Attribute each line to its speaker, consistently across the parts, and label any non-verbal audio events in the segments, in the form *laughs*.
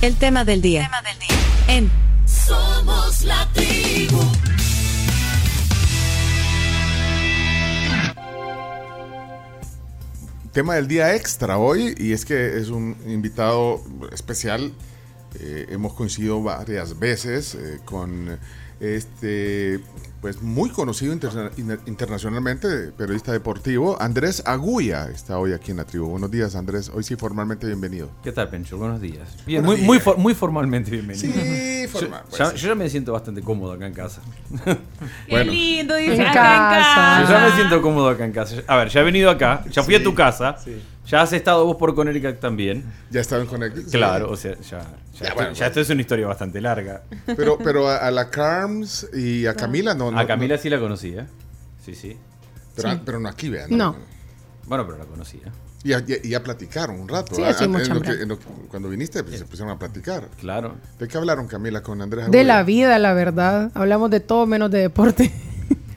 Speaker 1: El tema del día. En
Speaker 2: Somos la tribu.
Speaker 3: tema del día extra hoy y es que es un invitado especial. Eh, hemos coincidido varias veces eh, con este, pues muy conocido interna- inter- internacionalmente, periodista deportivo, Andrés Agulla está hoy aquí en la tribu. Buenos días, Andrés. Hoy sí, formalmente bienvenido.
Speaker 4: ¿Qué tal, Pencho? Buenos días. Bien,
Speaker 3: Buenos
Speaker 4: muy, Muy,
Speaker 3: días.
Speaker 4: for- muy formalmente bienvenido.
Speaker 3: *laughs*
Speaker 4: Ah,
Speaker 3: Sí,
Speaker 4: Yo,
Speaker 3: formal. pues.
Speaker 4: ya, yo ya me siento bastante cómodo acá en casa.
Speaker 5: Qué
Speaker 3: Bueno.
Speaker 5: lindo, dice
Speaker 6: En
Speaker 5: acá
Speaker 6: casa.
Speaker 5: en
Speaker 7: Ah.
Speaker 4: Yo
Speaker 5: casa.
Speaker 4: ya me siento cómodo acá en casa. A ver, ya he venido acá, ya fui a tu casa, ya has estado vos por Connecticut también.
Speaker 3: Ya estaba en Connecticut.
Speaker 4: Claro, o sea, ya, ya, esto,
Speaker 3: bueno,
Speaker 4: ya esto es una historia bastante larga.
Speaker 3: Pero, pero a, a la Carms y a Camila no. no
Speaker 4: a Camila
Speaker 3: no.
Speaker 4: sí la conocía. Sí, sí.
Speaker 3: pero, pero no aquí, vean.
Speaker 6: No.
Speaker 4: Bueno, pero la ¿eh? conocía.
Speaker 3: Y ya, ya- ya platicaron un rato.
Speaker 6: Sí,
Speaker 3: ah,
Speaker 6: hacía
Speaker 3: en
Speaker 6: mucha
Speaker 3: lo que-
Speaker 6: hambre.
Speaker 3: en lo que- cuando viniste, pues, se pusieron a platicar.
Speaker 4: Claro.
Speaker 3: ¿De qué hablaron Camila con
Speaker 5: Ah,
Speaker 3: Andrés?
Speaker 6: De
Speaker 3: Agulla?
Speaker 6: la vida, la verdad. Hablamos de todo menos de deporte.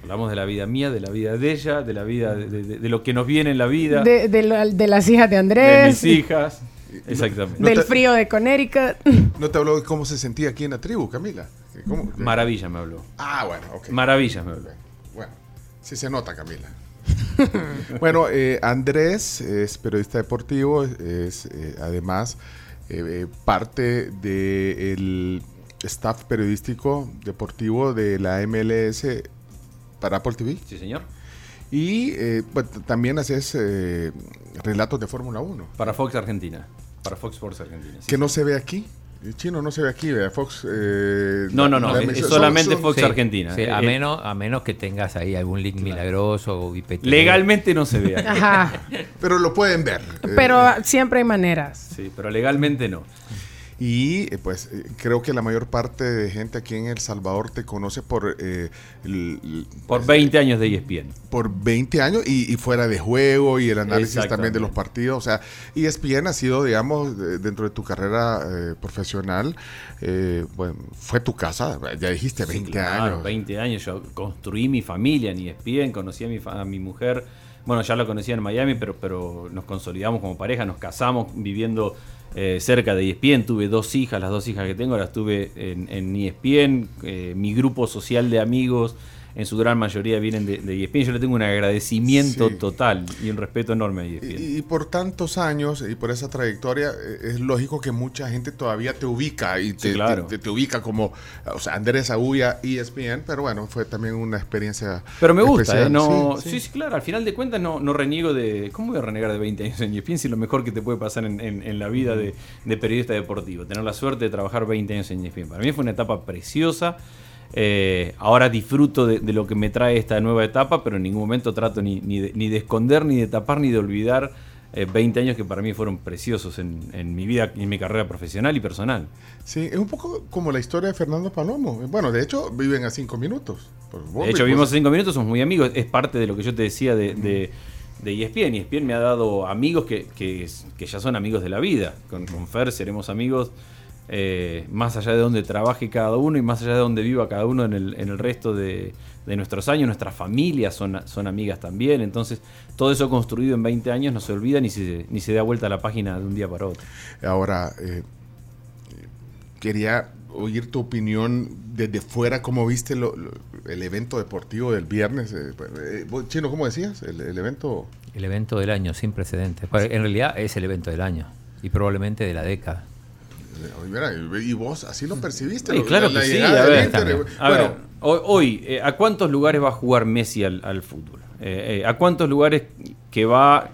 Speaker 4: Hablamos de la vida mía, de la vida de ella, de la vida, de, de- de- de lo que nos viene en la vida, de,
Speaker 6: *laughs* De, de la- de las hijas de
Speaker 4: mis
Speaker 6: Andrés.
Speaker 4: hijas. Exactamente.
Speaker 3: No
Speaker 6: *laughs* Del
Speaker 3: te-
Speaker 6: frío de Connecticut. *laughs*
Speaker 3: ¿No te habló de cómo se sentía aquí en la tribu, Camila? ¿Cómo?
Speaker 4: Maravilla me habló.
Speaker 3: Ah, bueno, ok.
Speaker 4: Maravillas me habló.
Speaker 3: Bueno, sí se nota, Camila. *laughs* bueno, eh, Andrés es periodista deportivo, es eh, además eh, eh, parte del staff periodístico deportivo de la MLS para Apple TV.
Speaker 4: Sí, señor.
Speaker 3: Y eh, pues, t- también haces eh, relatos de Fórmula 1,
Speaker 4: Para Fox Argentina. Para Fox Sports Argentina. sí.
Speaker 3: que no se ve aquí. El chino no se ve aquí, ¿verdad? Fox. eh,
Speaker 4: No, no, no,
Speaker 3: la-
Speaker 4: es-
Speaker 3: la-
Speaker 4: es
Speaker 3: son-
Speaker 4: solamente
Speaker 3: son-
Speaker 4: Fox
Speaker 8: Sí,
Speaker 4: Argentina.
Speaker 8: sí, a,
Speaker 4: Eh,
Speaker 8: menos, a menos que tengas ahí algún link milagroso o IPTV.
Speaker 4: Legalmente no se ve. acá.
Speaker 6: Ajá.
Speaker 5: Eh.
Speaker 3: Pero lo pueden ver. eh,
Speaker 6: Pero ah, siempre hay maneras.
Speaker 4: Sí, pero legalmente no.
Speaker 3: Y eh, pues eh, creo que la mayor parte de gente aquí en El Salvador te conoce por, eh, el- el-
Speaker 4: Por 20 años de E ESPN.
Speaker 3: por 20 años y, y fuera de juego y el análisis también de los
Speaker 4: Exactamente.
Speaker 3: partidos. O sea, E ESPN ha sido, digamos, de- dentro de tu carrera eh, profesional, eh, bueno, fue tu casa, ya dijiste, 20
Speaker 4: Claro,
Speaker 3: años.
Speaker 4: 20 años. Yo construí mi familia en E ESPN, conocí a mi, fa- a mi mujer. Bueno, ya la conocía en Miami, pero, pero nos consolidamos como pareja, nos casamos viviendo eh, cerca de ESPN. Tuve dos hijas, las dos hijas que tengo las tuve en, en E ESPN. Eh, mi grupo social de amigos, en su gran mayoría, vienen de, E de ESPN. Yo le tengo un agradecimiento
Speaker 3: Sí.
Speaker 4: total y un respeto enorme a E ESPN.
Speaker 3: Y, y por tantos años y por esa trayectoria, eh, es lógico que mucha gente todavía te ubica y te,
Speaker 4: claro.
Speaker 3: te, te- te ubica como o sea, Andrés Agulla, E ESPN, pero bueno, fue también una experiencia.
Speaker 4: Pero me gusta,
Speaker 3: especial.
Speaker 4: ¿eh? No,
Speaker 3: Sí,
Speaker 4: sí,
Speaker 3: sí.
Speaker 4: sí, claro. Al final de cuentas no, no reniego de... ¿Cómo voy a renegar de 20 años en ESPN si lo mejor que te puede pasar en, en- en la vida de, de periodista deportivo? Tener la suerte de trabajar 20 años en ESPN. Para mí fue una etapa preciosa. Eh, ahora disfruto de, de lo que me trae esta nueva etapa, pero en ningún momento trato ni, ni, de, ni de esconder, ni de tapar, ni de olvidar eh, 20 años que para mí fueron preciosos en, en mi vida, en mi carrera profesional y personal.
Speaker 3: Sí, es un poco como la historia de Fernando Palomo. Bueno, de hecho, viven a cinco minutos. Por vos,
Speaker 4: De hecho,
Speaker 3: vos-
Speaker 4: vimos cinco minutos, somos muy amigos. Es parte de lo que yo te decía de, de, de E ESPN. ESPN me ha dado amigos que, que, que ya son amigos de la vida. Con, con Fer seremos amigos eh, más allá de donde trabaje cada uno y más allá de donde viva cada uno en el, en el resto de, de nuestros años. Nuestras familias son, son amigas también. Entonces, todo eso construido en 20 años no se olvida ni se, ni se da vuelta la página de un día para otro.
Speaker 3: Ahora, eh, quería oír tu opinión desde fuera, cómo viste lo- lo- el evento deportivo del viernes. eh, eh, vos, Chino, ¿cómo decías? El, el evento...
Speaker 8: El evento del año, sin precedentes. Para- En realidad es el evento del año y probablemente de la década.
Speaker 3: eh, mira, y vos así lo percibiste.
Speaker 4: Sí,
Speaker 3: lo-
Speaker 4: claro
Speaker 3: la
Speaker 4: que sí.
Speaker 3: llegada
Speaker 4: A
Speaker 3: del
Speaker 4: ver,
Speaker 3: Inter, eh,
Speaker 4: a
Speaker 3: bueno,
Speaker 4: ver, hoy, hoy, eh, ¿a cuántos lugares va a jugar Messi al, al fútbol? Eh, eh, ¿A cuántos lugares que va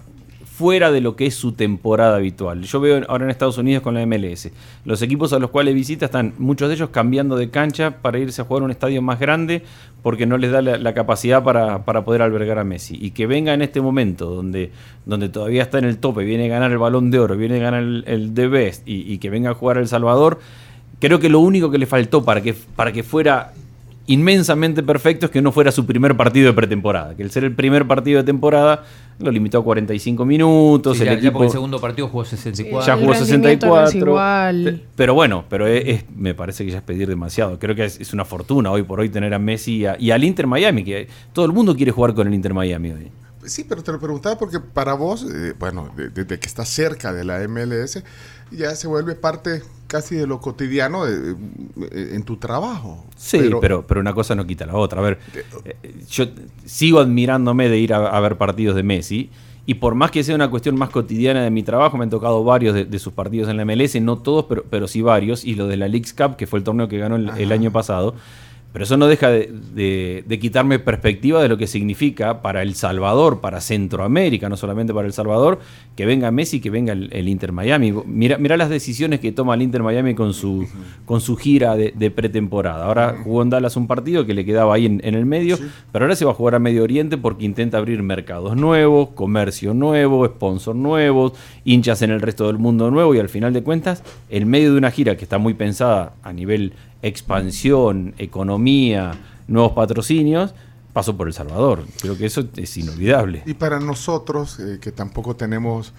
Speaker 4: fuera de lo que es su temporada habitual? Yo veo ahora en Estados Unidos con la MLS. Los equipos a los cuales visita están, muchos de ellos, cambiando de cancha para irse a jugar a un estadio más grande porque no les da la, la capacidad para, para poder albergar a Messi. Y que venga en este momento donde, donde todavía está en el tope, viene a ganar el balón de oro, viene a ganar el, el The Best y, y que venga a jugar a El Salvador. Creo que lo único que le faltó para que, para que fuera inmensamente perfecto es que no fuera su primer partido de pretemporada. Que el ser el primer partido de temporada lo limitó a 45 minutos.
Speaker 8: Sí,
Speaker 4: el
Speaker 8: ya, ya porque
Speaker 4: equipo
Speaker 8: el segundo partido jugó 64.
Speaker 4: ya
Speaker 6: El
Speaker 4: jugó
Speaker 6: rendimiento
Speaker 4: 64.
Speaker 6: no es igual.
Speaker 4: Pe- Pero bueno, pero es- es- me parece que ya es pedir demasiado. Creo que es, es una fortuna hoy por hoy tener a Messi y, a- y al Inter Miami, que todo el mundo quiere jugar con el Inter Miami hoy.
Speaker 3: Sí, pero te lo preguntaba porque para vos, eh, bueno, de- desde que estás cerca de la MLS, ya se vuelve parte casi de lo cotidiano de- eh, en tu trabajo.
Speaker 4: Sí, pero, pero, una cosa no quita la otra. A ver, eh, yo sigo admirándome de ir a, a ver partidos de Messi. Y por más que sea una cuestión más cotidiana de mi trabajo, me han tocado varios de, de sus partidos en la MLS, no todos, pero, pero sí varios, y lo de la Leagues Cup, que fue el torneo que ganó el, el año pasado. Pero eso no deja de, de- de quitarme perspectiva de lo que significa para El Salvador, para Centroamérica, no solamente para El Salvador, que venga Messi, que venga el, el Inter Miami. Mira, mira las decisiones que toma el Inter Miami con su, con su gira de, de pretemporada. Ahora jugó en Dallas un partido que le quedaba ahí en, en el medio, pero ahora se va a jugar a Medio Oriente porque intenta abrir mercados nuevos, comercio nuevo, sponsor nuevos, hinchas en el resto del mundo nuevo y al final de cuentas, en medio de una gira que está muy pensada a nivel expansión, economía, nuevos patrocinios, pasó por El Salvador. Creo que eso es inolvidable.
Speaker 3: Y para nosotros, eh, que tampoco tenemos,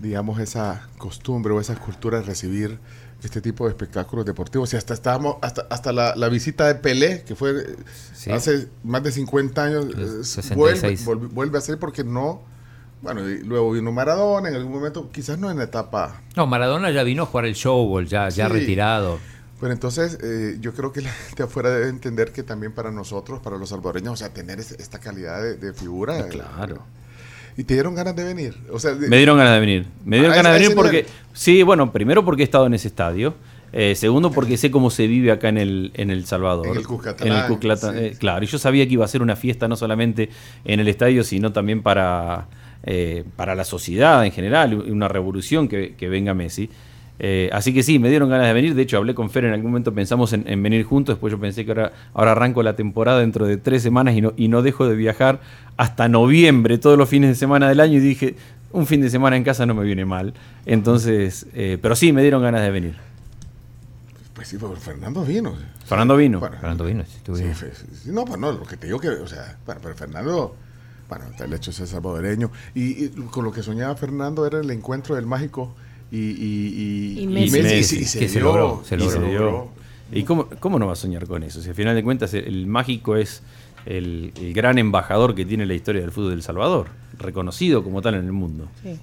Speaker 3: digamos, esa costumbre o esa cultura de recibir este tipo de espectáculos deportivos, y hasta estábamos, hasta, hasta la, la visita de Pelé, que fue eh,
Speaker 8: Sí.
Speaker 3: hace más de 50 años, eh,
Speaker 8: 66.
Speaker 3: vuelve, volvi- vuelve a ser porque no, bueno, y luego vino Maradona en algún momento, quizás no en la etapa
Speaker 8: No, Maradona ya vino a jugar el showball, ya, ya
Speaker 3: Sí.
Speaker 8: retirado.
Speaker 3: Pero entonces eh, yo creo que la *laughs* gente afuera debe entender que también para nosotros, para los salvadoreños, o sea, tener es- esta calidad de, de figura. eh,
Speaker 4: Claro.
Speaker 3: y te dieron ganas de venir. O sea, *laughs* de-
Speaker 4: Me dieron ganas de venir. Me dieron
Speaker 3: A
Speaker 4: ganas de
Speaker 3: Ah, ese- a
Speaker 4: venir
Speaker 3: ese
Speaker 4: porque.
Speaker 3: nivel.
Speaker 4: Sí, bueno, primero porque he estado en ese estadio. eh, segundo, porque sé cómo se vive acá en el, en el Salvador.
Speaker 3: En el Cuscatlán,
Speaker 4: En el Cuscatlán,
Speaker 3: sí.
Speaker 4: eh, claro, y yo sabía que iba a ser una fiesta no solamente en el estadio, sino también para, eh, para la sociedad en general, y una revolución que, que venga Messi. Eh, así que sí, me dieron ganas de venir. De hecho, hablé con Fer en algún momento, pensamos en, en venir juntos. Después yo pensé que ahora, ahora arranco la temporada dentro de tres semanas y no, y no dejo de viajar hasta noviembre, todos los fines de semana del año. Y dije, un fin de semana en casa no me viene mal. Entonces, eh, pero sí, me dieron ganas de venir.
Speaker 3: pues sí, pero Fernando vino.
Speaker 4: Fernando vino.
Speaker 3: Bueno,
Speaker 8: Fernando vino, si
Speaker 3: sí,
Speaker 8: estuviera-
Speaker 3: fe- sí, no, pues no, lo que te digo que, o sea, bueno, pero Fernando, bueno, está el hecho de ser salvadoreño. Y, y con lo que soñaba Fernando era el encuentro del mágico y, y,
Speaker 6: Y Messi.
Speaker 3: y se- y
Speaker 8: Que se
Speaker 3: dio,
Speaker 8: logró, se
Speaker 3: y
Speaker 8: logró.
Speaker 4: Y se dio. ¿Y cómo, cómo no va a soñar con eso? Si al final de cuentas el, el mágico es el, el gran embajador que tiene la historia del fútbol del Salvador, reconocido como tal en el mundo.
Speaker 6: Sí.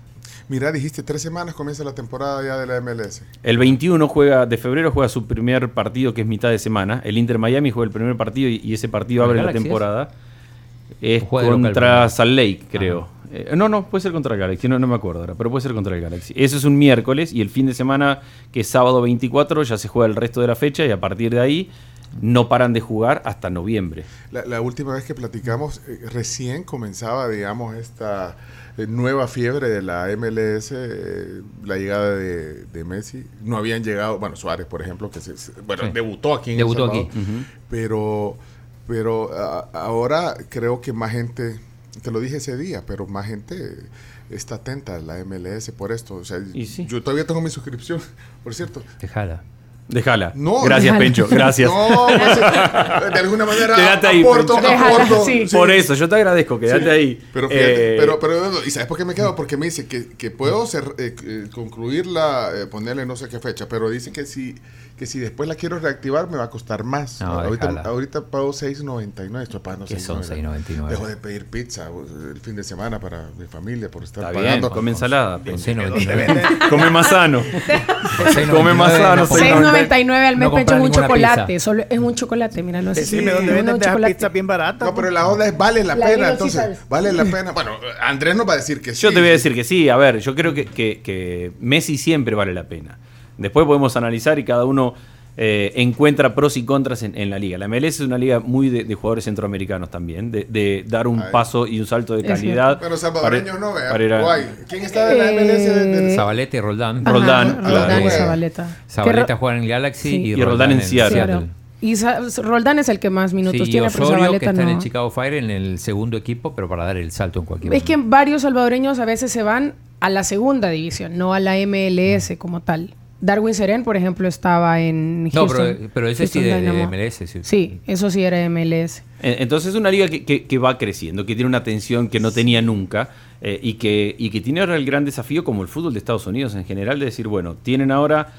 Speaker 3: Mira, dijiste, tres semanas comienza la temporada ya de la MLS.
Speaker 4: El 21 juega, de febrero juega su primer partido que es mitad de semana. El Inter Miami juega el primer partido y, y ese partido
Speaker 8: ¿El
Speaker 4: abre la
Speaker 8: Galaxy es?
Speaker 4: temporada. Es
Speaker 8: Juega de local,
Speaker 4: contra
Speaker 8: ¿verdad?
Speaker 4: Salt Lake, creo. Eh, no, no, puede ser contra el Galaxy, no, no me acuerdo ahora, pero puede ser contra el Galaxy. Eso es un miércoles y el fin de semana, que es sábado 24, ya se juega el resto de la fecha y a partir de ahí no paran de jugar hasta noviembre.
Speaker 3: La, la última vez que platicamos, eh, recién comenzaba, digamos, esta eh, nueva fiebre de la MLS, eh, la llegada de, de Messi. No habían llegado, bueno, Suárez, por ejemplo, que se, se- bueno,
Speaker 8: Sí.
Speaker 3: debutó aquí en El
Speaker 8: Debutó
Speaker 3: Salvador.
Speaker 8: aquí.
Speaker 3: Pero, pero a- ahora creo que más gente, te lo dije ese día, pero más gente está atenta a la MLS por esto. O sea,
Speaker 4: Y sí.
Speaker 3: yo todavía tengo mi suscripción, por cierto.
Speaker 8: Te jala.
Speaker 4: Déjala.
Speaker 3: No,
Speaker 4: gracias,
Speaker 6: déjala.
Speaker 4: Pencho, gracias.
Speaker 3: No, pues, de alguna manera
Speaker 4: Quédate ahí,
Speaker 3: aporto,
Speaker 4: Pencho.
Speaker 6: Déjala,
Speaker 3: aporto.
Speaker 6: sí.
Speaker 4: Por eso, yo te agradezco, quédate ahí.
Speaker 3: Pero, fíjate,
Speaker 4: Eh,
Speaker 3: pero, pero, ¿y sabes por qué me quedo? Porque me dice que, que puedo cer- eh, eh, concluirla, eh, ponerle no sé qué fecha, pero dice que si, que si después la quiero reactivar me va a costar más.
Speaker 8: No,
Speaker 3: ahorita,
Speaker 8: déjala.
Speaker 3: ahorita pago 6.99, estoy pagando
Speaker 8: ¿Qué son
Speaker 3: 6.99.
Speaker 8: 6.99?
Speaker 3: Dejo de pedir pizza eh, el fin de semana para mi familia por estar
Speaker 4: Está bien, pues,
Speaker 3: pagando.
Speaker 4: come ensalada.
Speaker 8: Con
Speaker 4: Pencho.
Speaker 3: *laughs*
Speaker 8: 6.99.
Speaker 4: Come más sano.
Speaker 8: Con 6.99
Speaker 4: *laughs* Come más sano,
Speaker 8: no
Speaker 4: seis
Speaker 8: compras-
Speaker 6: 6.99 al mes
Speaker 8: no
Speaker 6: pecho
Speaker 8: compras
Speaker 6: es un
Speaker 8: ninguna
Speaker 6: chocolate.
Speaker 8: pizza.
Speaker 6: Solo es un chocolate, míralo así.
Speaker 5: Decime dónde venden
Speaker 6: un
Speaker 5: de esas
Speaker 6: chocolate.
Speaker 5: pizzas bien baratas.
Speaker 3: No, pero la onda es vale la,
Speaker 6: La
Speaker 3: pena,
Speaker 6: digo, sí
Speaker 3: entonces,
Speaker 6: sabes.
Speaker 3: vale la pena. Bueno, Andrés nos va a decir que sí.
Speaker 4: Yo te voy a decir que sí, a ver, yo creo que, que- que Messi siempre vale la pena. Después podemos analizar y cada uno eh, encuentra pros y contras en, en la liga. La MLS es una liga muy de, de jugadores centroamericanos también, de, de dar un
Speaker 3: Ay.
Speaker 4: paso y un salto de
Speaker 6: Es
Speaker 4: calidad.
Speaker 3: Pero salvadoreños
Speaker 4: para-
Speaker 3: no, vea.
Speaker 4: para ir a-
Speaker 3: Guay. ¿Quién está de la
Speaker 6: Eh,
Speaker 3: MLS? de- de-
Speaker 8: Zabaleta y Roldán.
Speaker 6: Ajá,
Speaker 4: Roldán,
Speaker 6: Roldán
Speaker 3: claro.
Speaker 6: y Zabaleta. Que
Speaker 8: Zabaleta
Speaker 6: Ro-
Speaker 8: juega en el Galaxy
Speaker 6: Sí.
Speaker 8: y,
Speaker 6: Y
Speaker 4: Roldán en Seattle.
Speaker 6: Claro. Y Sa- Roldán es el que más minutos
Speaker 8: Sí, y
Speaker 6: tiene, pero
Speaker 8: Osorio, que
Speaker 6: Zabaleta
Speaker 8: está en el
Speaker 6: no.
Speaker 8: Chicago Fire en el segundo equipo, pero para dar el salto en cualquier
Speaker 6: Es que
Speaker 8: momento.
Speaker 6: varios salvadoreños a veces se van a la segunda división, no a la MLS como tal. Darwin Seren, por ejemplo, estaba en
Speaker 8: Ah. No,
Speaker 6: Houston.
Speaker 8: pero- pero ese sí
Speaker 6: Houston
Speaker 8: de- de
Speaker 6: Dynamo.
Speaker 8: MLS, sí.
Speaker 6: Sí, eso sí era MLS.
Speaker 4: En- Entonces es una liga que, que- que va creciendo, que tiene una tensión que no tenía nunca eh, y, que, y que tiene ahora el gran desafío como el fútbol de Estados Unidos en general de decir, bueno, tienen ahora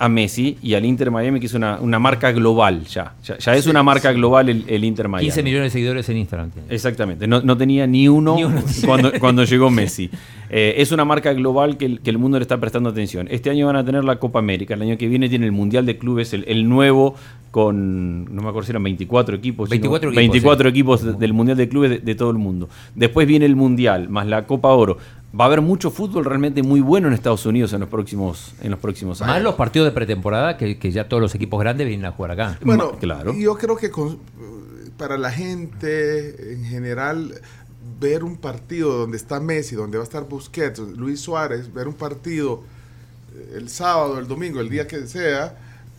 Speaker 4: a Messi y al Inter Miami, que es una, una marca global ya. Ya, ya es una marca global el, el Inter Miami.
Speaker 8: 15 millones de seguidores en Instagram. tiene.
Speaker 4: Exactamente, no, no tenía ni uno, *laughs* Cuando, cuando llegó Messi. Eh, es una marca global que el, que el mundo le está prestando atención. Este año van a tener la Copa América, el año que viene tiene el Mundial de Clubes, el, el nuevo con, no me acuerdo si eran 24 equipos.
Speaker 8: 24
Speaker 4: sino-
Speaker 8: equipos,
Speaker 4: 24
Speaker 8: sí.
Speaker 4: equipos de- del Mundial de Clubes de, de todo el mundo. Después viene el Mundial, más la Copa Oro. Va a haber mucho fútbol realmente muy bueno en Estados Unidos en los próximos, en los próximos
Speaker 8: Más
Speaker 4: años.
Speaker 8: los partidos de pretemporada que, que ya todos los equipos grandes vienen a jugar acá.
Speaker 3: Bueno,
Speaker 4: Ma- claro.
Speaker 3: yo creo que con- para la gente en general, ver un partido donde está Messi, donde va a estar Busquets, Luis Suárez, ver un partido eh, el sábado, el domingo, el día que sea.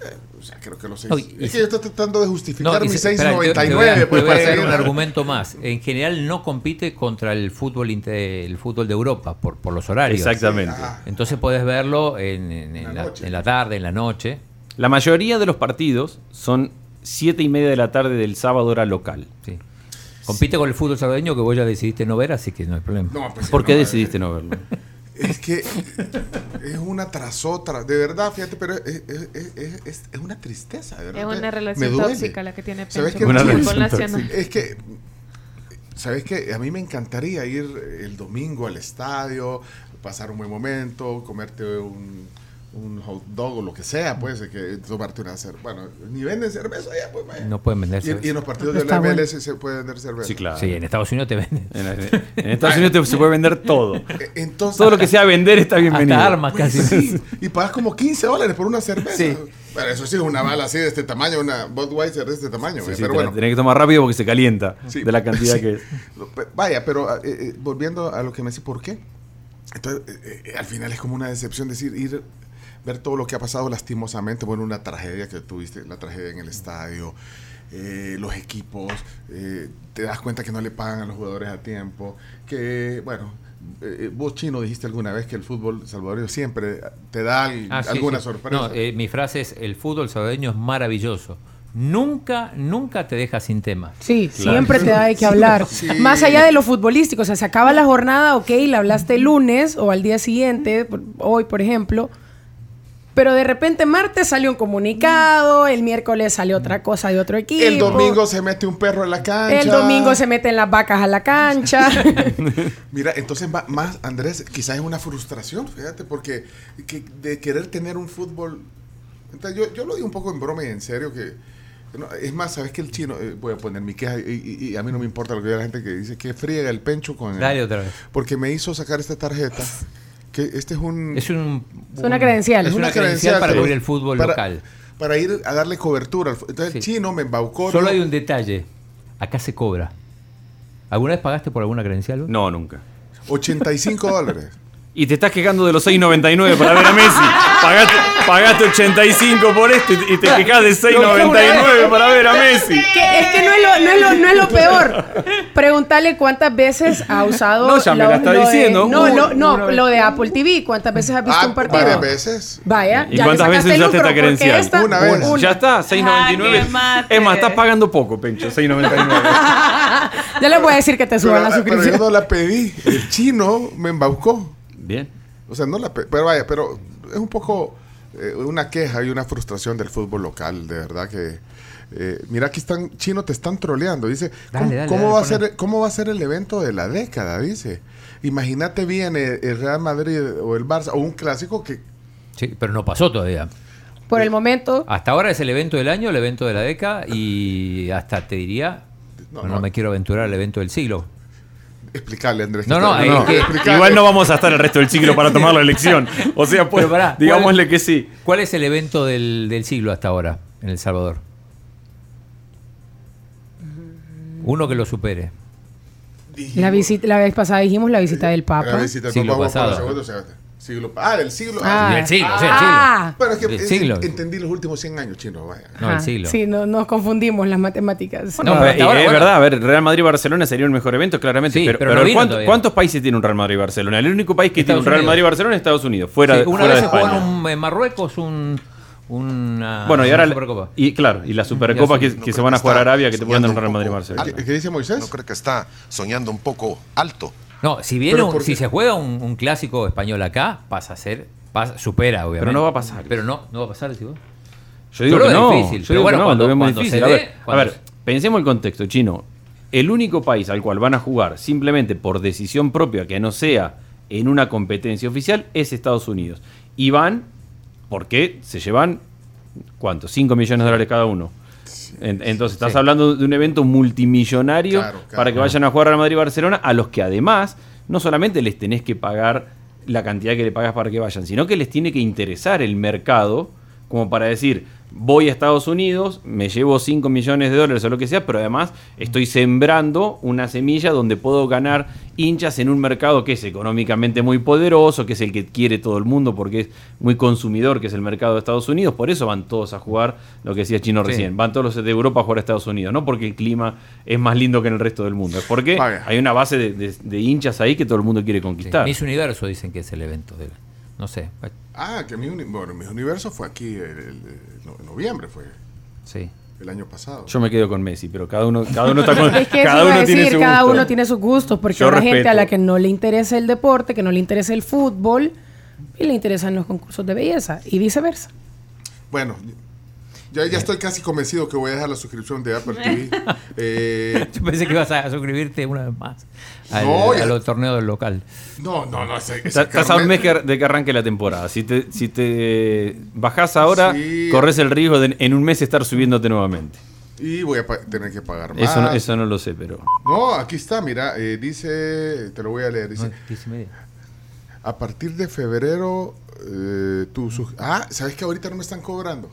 Speaker 3: eh, O sea, creo que los seis.
Speaker 8: No, y-
Speaker 3: es que yo estoy tratando de
Speaker 8: No,
Speaker 3: justificar
Speaker 8: y
Speaker 3: mi
Speaker 8: se- espera, te- te voy a-
Speaker 3: 6.99. pues,
Speaker 8: te voy a
Speaker 3: para
Speaker 8: hacer
Speaker 3: ir
Speaker 8: un
Speaker 3: a-
Speaker 8: argumento más. En general no compite contra el fútbol inte- el fútbol de Europa por, por los horarios.
Speaker 4: Exactamente.
Speaker 3: Ajá.
Speaker 8: Entonces podés verlo en, en- en
Speaker 3: La
Speaker 8: la,
Speaker 3: noche.
Speaker 8: en la tarde, en la noche.
Speaker 4: La mayoría de los partidos son 7 y media de la tarde del sábado hora local.
Speaker 8: sí. Compite con el fútbol salvadoreño que vos ya decidiste no ver, así que no hay problema.
Speaker 3: No, pues,
Speaker 4: ¿Por qué
Speaker 3: no,
Speaker 4: decidiste no verlo?
Speaker 3: Es que es una tras otra, de verdad, fíjate, pero es, es- es- es- es una tristeza, de
Speaker 5: Es
Speaker 3: verdad.
Speaker 5: una
Speaker 3: Me
Speaker 5: relación
Speaker 3: duele.
Speaker 5: tóxica la que tiene
Speaker 3: ¿Sabes
Speaker 5: Pencho
Speaker 3: qué?
Speaker 5: con
Speaker 4: Una
Speaker 5: el fútbol
Speaker 4: relación
Speaker 5: nacional.
Speaker 3: Es que, ¿sabes qué? A mí me encantaría ir el domingo al estadio, pasar un buen momento, comerte un, un hot dog o lo que sea, pues, que tomarte una cerveza. Bueno, ni venden cerveza ya, pues, vaya.
Speaker 8: No pueden vender
Speaker 3: Y, y en los partidos de la
Speaker 6: Está bueno.
Speaker 3: MLS se puede vender cerveza.
Speaker 8: Sí, en Estados Unidos te venden. *laughs*
Speaker 4: En, en Estados Unidos te- se puede vender
Speaker 3: *laughs*
Speaker 4: todo.
Speaker 3: E- Entonces,
Speaker 4: Todo lo que sea vender está bienvenido.
Speaker 8: Hasta armas
Speaker 3: Pues
Speaker 8: casi.
Speaker 3: sí, y pagas como 15 dólares por una cerveza. Pero eso sí, una bala así de este tamaño, una Budweiser de este tamaño.
Speaker 4: Sí,
Speaker 3: eh,
Speaker 4: sí,
Speaker 3: pero
Speaker 4: te la
Speaker 3: bueno,
Speaker 4: tenés que tomar rápido porque se calienta
Speaker 3: Sí.
Speaker 4: de la cantidad
Speaker 3: Sí.
Speaker 4: que es.
Speaker 3: Pe- Vaya, pero eh, eh, volviendo a lo que me decís, ¿por qué? Entonces, eh, eh, al final es como una decepción decir, ir, ver todo lo que ha pasado lastimosamente, bueno, una tragedia que tuviste, la tragedia en el estadio, eh, los equipos, eh, te das cuenta que no le pagan a los jugadores a tiempo, que, bueno, eh, vos chino dijiste alguna vez que el fútbol salvadoreño siempre te da al-
Speaker 8: Ah, sí,
Speaker 3: alguna
Speaker 8: sí.
Speaker 3: sorpresa.
Speaker 8: No, eh, mi frase es: el fútbol salvadoreño es maravilloso. Nunca, nunca te deja sin tema.
Speaker 6: Sí, siempre te da de qué hablar.
Speaker 3: Sí.
Speaker 6: Más allá de lo futbolístico, o sea, se acaba la jornada, ok, la hablaste el lunes o al día siguiente, por- hoy por ejemplo, pero de repente martes salió un comunicado, el miércoles salió otra cosa de otro equipo.
Speaker 3: el domingo se mete un perro en la cancha.
Speaker 6: El domingo se meten las vacas a la cancha.
Speaker 3: Mira, entonces ma- más, Andrés, quizás es una frustración, fíjate, porque que- de querer tener un fútbol... Entonces, yo, yo lo digo un poco en broma y en serio, que... no, es más, ¿sabes que el chino? eh, voy a poner mi queja y, y- y a mí no me importa lo que diga la gente que dice que friega el pencho con... el-
Speaker 8: Dale otra vez.
Speaker 3: Porque me hizo sacar esta tarjeta, que este es un...
Speaker 8: Es, un,
Speaker 6: Es una credencial.
Speaker 8: Es
Speaker 6: Es
Speaker 8: una,
Speaker 6: una
Speaker 8: credencial, para
Speaker 3: que-
Speaker 8: cubrir el fútbol
Speaker 3: para-
Speaker 8: local.
Speaker 3: Para ir a darle cobertura. al fu- Entonces el
Speaker 8: Sí.
Speaker 3: chino me embaucó.
Speaker 8: Solo
Speaker 3: ¿no?
Speaker 8: hay un detalle. Acá se cobra. ¿Alguna vez pagaste por alguna credencial? vos?
Speaker 4: No, nunca.
Speaker 3: 85 dólares.
Speaker 4: Y te estás quejando de los 6.99 para ver
Speaker 3: *laughs*
Speaker 4: a Messi. Pagaste, pagaste 85 por esto y y te quejas de 6.99 para ver a *laughs* Messi.
Speaker 6: Que es que no es lo, no es lo- no es lo peor. Preguntarle cuántas veces ha usado.
Speaker 4: No, ya me la está
Speaker 6: de-
Speaker 4: diciendo.
Speaker 6: no,
Speaker 4: Una-
Speaker 6: lo, no,
Speaker 4: una vez.
Speaker 6: lo de Apple TV. ¿Cuántas veces has visto
Speaker 3: Ah,
Speaker 6: un partido?
Speaker 3: varias veces.
Speaker 6: Vaya.
Speaker 4: ¿Y
Speaker 6: ya le
Speaker 4: cuántas
Speaker 6: sacaste
Speaker 4: veces
Speaker 6: el
Speaker 4: usaste
Speaker 6: lucro,
Speaker 4: esta
Speaker 6: porque
Speaker 4: credencial?
Speaker 6: esta-
Speaker 3: Una vez.
Speaker 6: una.
Speaker 4: Ya está, 6.99.
Speaker 5: Ah, qué
Speaker 4: Es más,
Speaker 5: mate.
Speaker 4: estás pagando poco, Pencho,
Speaker 3: *laughs*
Speaker 4: 6.99.
Speaker 6: Ya les voy a decir que te
Speaker 3: Pero,
Speaker 6: suban la
Speaker 3: ah, pero yo
Speaker 6: suscripción.
Speaker 3: no la pedí. El chino me embaucó.
Speaker 4: Bien.
Speaker 3: O sea, no la... pe- Pero vaya, pero es un poco eh, una queja y una frustración del fútbol local, de verdad que... eh, mira, aquí están, chino, te están troleando. Dice, ¿cómo,
Speaker 8: Dale, dale,
Speaker 3: cómo
Speaker 8: dale,
Speaker 3: va
Speaker 8: ponle.
Speaker 3: a ser, ¿cómo va a ser el evento de la década? Dice, imagínate bien eh, el, el Real Madrid o el Barça o un clásico que...
Speaker 8: Sí, pero no pasó todavía.
Speaker 6: Por el momento.
Speaker 4: Ah,
Speaker 8: Hasta ahora es el evento del año, el evento de la década y hasta te diría,
Speaker 3: No,
Speaker 8: no,
Speaker 3: no.
Speaker 8: me quiero aventurar al evento del siglo.
Speaker 3: Explicarle, Andrés.
Speaker 8: No,
Speaker 3: que
Speaker 8: no,
Speaker 3: está-
Speaker 8: eh, que-
Speaker 3: explicarle.
Speaker 4: Igual no vamos a estar el resto del siglo para tomar la elección. O sea, pues,
Speaker 8: Pero pará, ¿cuál-
Speaker 4: digámosle que sí.
Speaker 8: ¿Cuál es el evento del, del siglo hasta ahora en El Salvador?
Speaker 4: Mm.
Speaker 8: Uno que lo supere.
Speaker 6: La, visita, la vez pasada dijimos la visita del
Speaker 3: La
Speaker 6: Papa.
Speaker 3: visita del
Speaker 8: Siglo
Speaker 3: Papa Juan Pablo
Speaker 8: pasado.
Speaker 3: II, o sea, siglo- ah, del siglo.
Speaker 6: Ah.
Speaker 8: Del siglo, sí, el
Speaker 6: Ah.
Speaker 3: Pero es que
Speaker 8: Del
Speaker 3: eh,
Speaker 8: siglo.
Speaker 3: entendí los últimos 100 años, chino, vaya.
Speaker 8: No, el siglo.
Speaker 6: Sí, no, nos confundimos las matemáticas.
Speaker 8: No, pero
Speaker 4: Ah,
Speaker 8: hasta
Speaker 4: y
Speaker 8: ahora,
Speaker 4: es
Speaker 8: bueno.
Speaker 4: verdad, a ver, Real Madrid-Barcelona sería el mejor evento, claramente.
Speaker 8: Sí,
Speaker 4: pero
Speaker 8: pero no
Speaker 4: pero
Speaker 8: vino
Speaker 4: ¿cuánto-
Speaker 8: todavía.
Speaker 4: ¿cuántos países tiene un Real Madrid-Barcelona? El único país que
Speaker 8: Estados
Speaker 4: tiene un Real
Speaker 8: Unidos.
Speaker 4: Madrid-Barcelona es Estados Unidos, fuera,
Speaker 8: Sí,
Speaker 4: de-
Speaker 8: una
Speaker 4: fuera
Speaker 8: vez
Speaker 4: de
Speaker 8: se
Speaker 4: España.
Speaker 8: jugó en, un- en Marruecos un, una,
Speaker 4: Bueno, y ahora.
Speaker 8: una
Speaker 4: la-
Speaker 8: Supercopa.
Speaker 4: Y claro, y la Supercopa
Speaker 8: Ya sé,
Speaker 4: que, que se van a jugar a Arabia, que te pueden dar un Real Madrid-Barcelona.
Speaker 8: Ah,
Speaker 3: ¿Qué, qué dice Moisés?
Speaker 9: ¿No cree que está soñando un poco alto?
Speaker 8: No, si viene
Speaker 3: Pero
Speaker 8: un-
Speaker 3: ¿por
Speaker 8: si
Speaker 3: qué?
Speaker 8: se juega un, un clásico español acá, pasa a ser Pasa- supera, obviamente.
Speaker 4: Pero no va a pasar.
Speaker 8: Pero no, no va a pasar, digo.
Speaker 4: Yo digo
Speaker 8: Yo lo
Speaker 4: que
Speaker 8: veo
Speaker 4: no.
Speaker 8: difícil,
Speaker 4: Yo
Speaker 8: pero
Speaker 4: digo
Speaker 8: bueno,
Speaker 4: que no,
Speaker 8: cuando-
Speaker 4: lo vemos
Speaker 8: cuando
Speaker 4: difícil.
Speaker 8: se
Speaker 4: A
Speaker 8: dé,
Speaker 4: ver,
Speaker 8: cuando
Speaker 4: a ver,
Speaker 8: se-
Speaker 4: pensemos el contexto, chino. El único país al cual van a jugar simplemente por decisión propia, que no sea en una competencia oficial, es Estados Unidos. Y van porque se llevan, ¿cuánto? 5 millones de dólares cada uno. En- Entonces estás
Speaker 8: Sí.
Speaker 4: hablando de un evento multimillonario
Speaker 3: Claro, claro.
Speaker 4: para que vayan a jugar Real Madrid y Barcelona, a los que además no solamente les tenés que pagar la cantidad que le pagas para que vayan, sino que les tiene que interesar el mercado como para decir, voy a Estados Unidos, me llevo 5 millones de dólares o lo que sea, pero además estoy sembrando una semilla donde puedo ganar hinchas en un mercado que es económicamente muy poderoso, que es el que quiere todo el mundo porque es muy consumidor, que es el mercado de Estados Unidos, por eso van todos a jugar lo que decía Chino
Speaker 8: Sí.
Speaker 4: recién, van todos los de Europa a jugar a Estados Unidos, no porque el clima es más lindo que en el resto del mundo, es porque
Speaker 3: Paga.
Speaker 4: hay una base de, de- de hinchas ahí que todo el mundo quiere
Speaker 8: Sí,
Speaker 4: conquistar.
Speaker 8: Miss Universo dicen que es el evento. de la- no sé. pues,
Speaker 3: Ah, que mi, uni- bueno, mi universo fue aquí el, el- no- en noviembre, fue
Speaker 4: *laughs*
Speaker 8: Sí.
Speaker 3: el año pasado.
Speaker 4: Yo me quedo con Messi, pero cada uno, cada
Speaker 6: *laughs*
Speaker 4: uno está con.
Speaker 6: Es que
Speaker 4: cada
Speaker 6: eso iba
Speaker 4: uno
Speaker 6: a decir,
Speaker 4: tiene su
Speaker 6: cada
Speaker 4: gusto.
Speaker 6: uno tiene sus gustos, porque
Speaker 4: Yo
Speaker 6: hay gente a la
Speaker 4: respeto.
Speaker 6: que no le interesa el deporte, que no le interesa el fútbol, y le interesan los concursos de belleza, y viceversa.
Speaker 3: Bueno, ya,
Speaker 4: Eh.
Speaker 3: ya estoy casi convencido que voy a dejar la suscripción de Apple TV. Eh,
Speaker 8: Yo pensé que ibas a suscribirte una vez más al,
Speaker 3: No, ya-
Speaker 8: a los torneos del local.
Speaker 3: no, no, no. Ese, ese
Speaker 4: Está- Estás a un
Speaker 3: carnet-
Speaker 4: mes que ar- de que arranque la temporada. Si te, si te bajás ahora,
Speaker 3: Sí.
Speaker 4: corres el riesgo de en un mes estar subiéndote nuevamente.
Speaker 3: Y voy a pa- tener que pagar más.
Speaker 4: Eso, no, eso no lo sé, pero.
Speaker 3: No, aquí está, mira, eh, dice, te lo voy a leer, dice,
Speaker 8: No, diez y media.
Speaker 3: a partir de febrero, eh, tu sus- Ah, ¿sabes que ahorita no me están cobrando?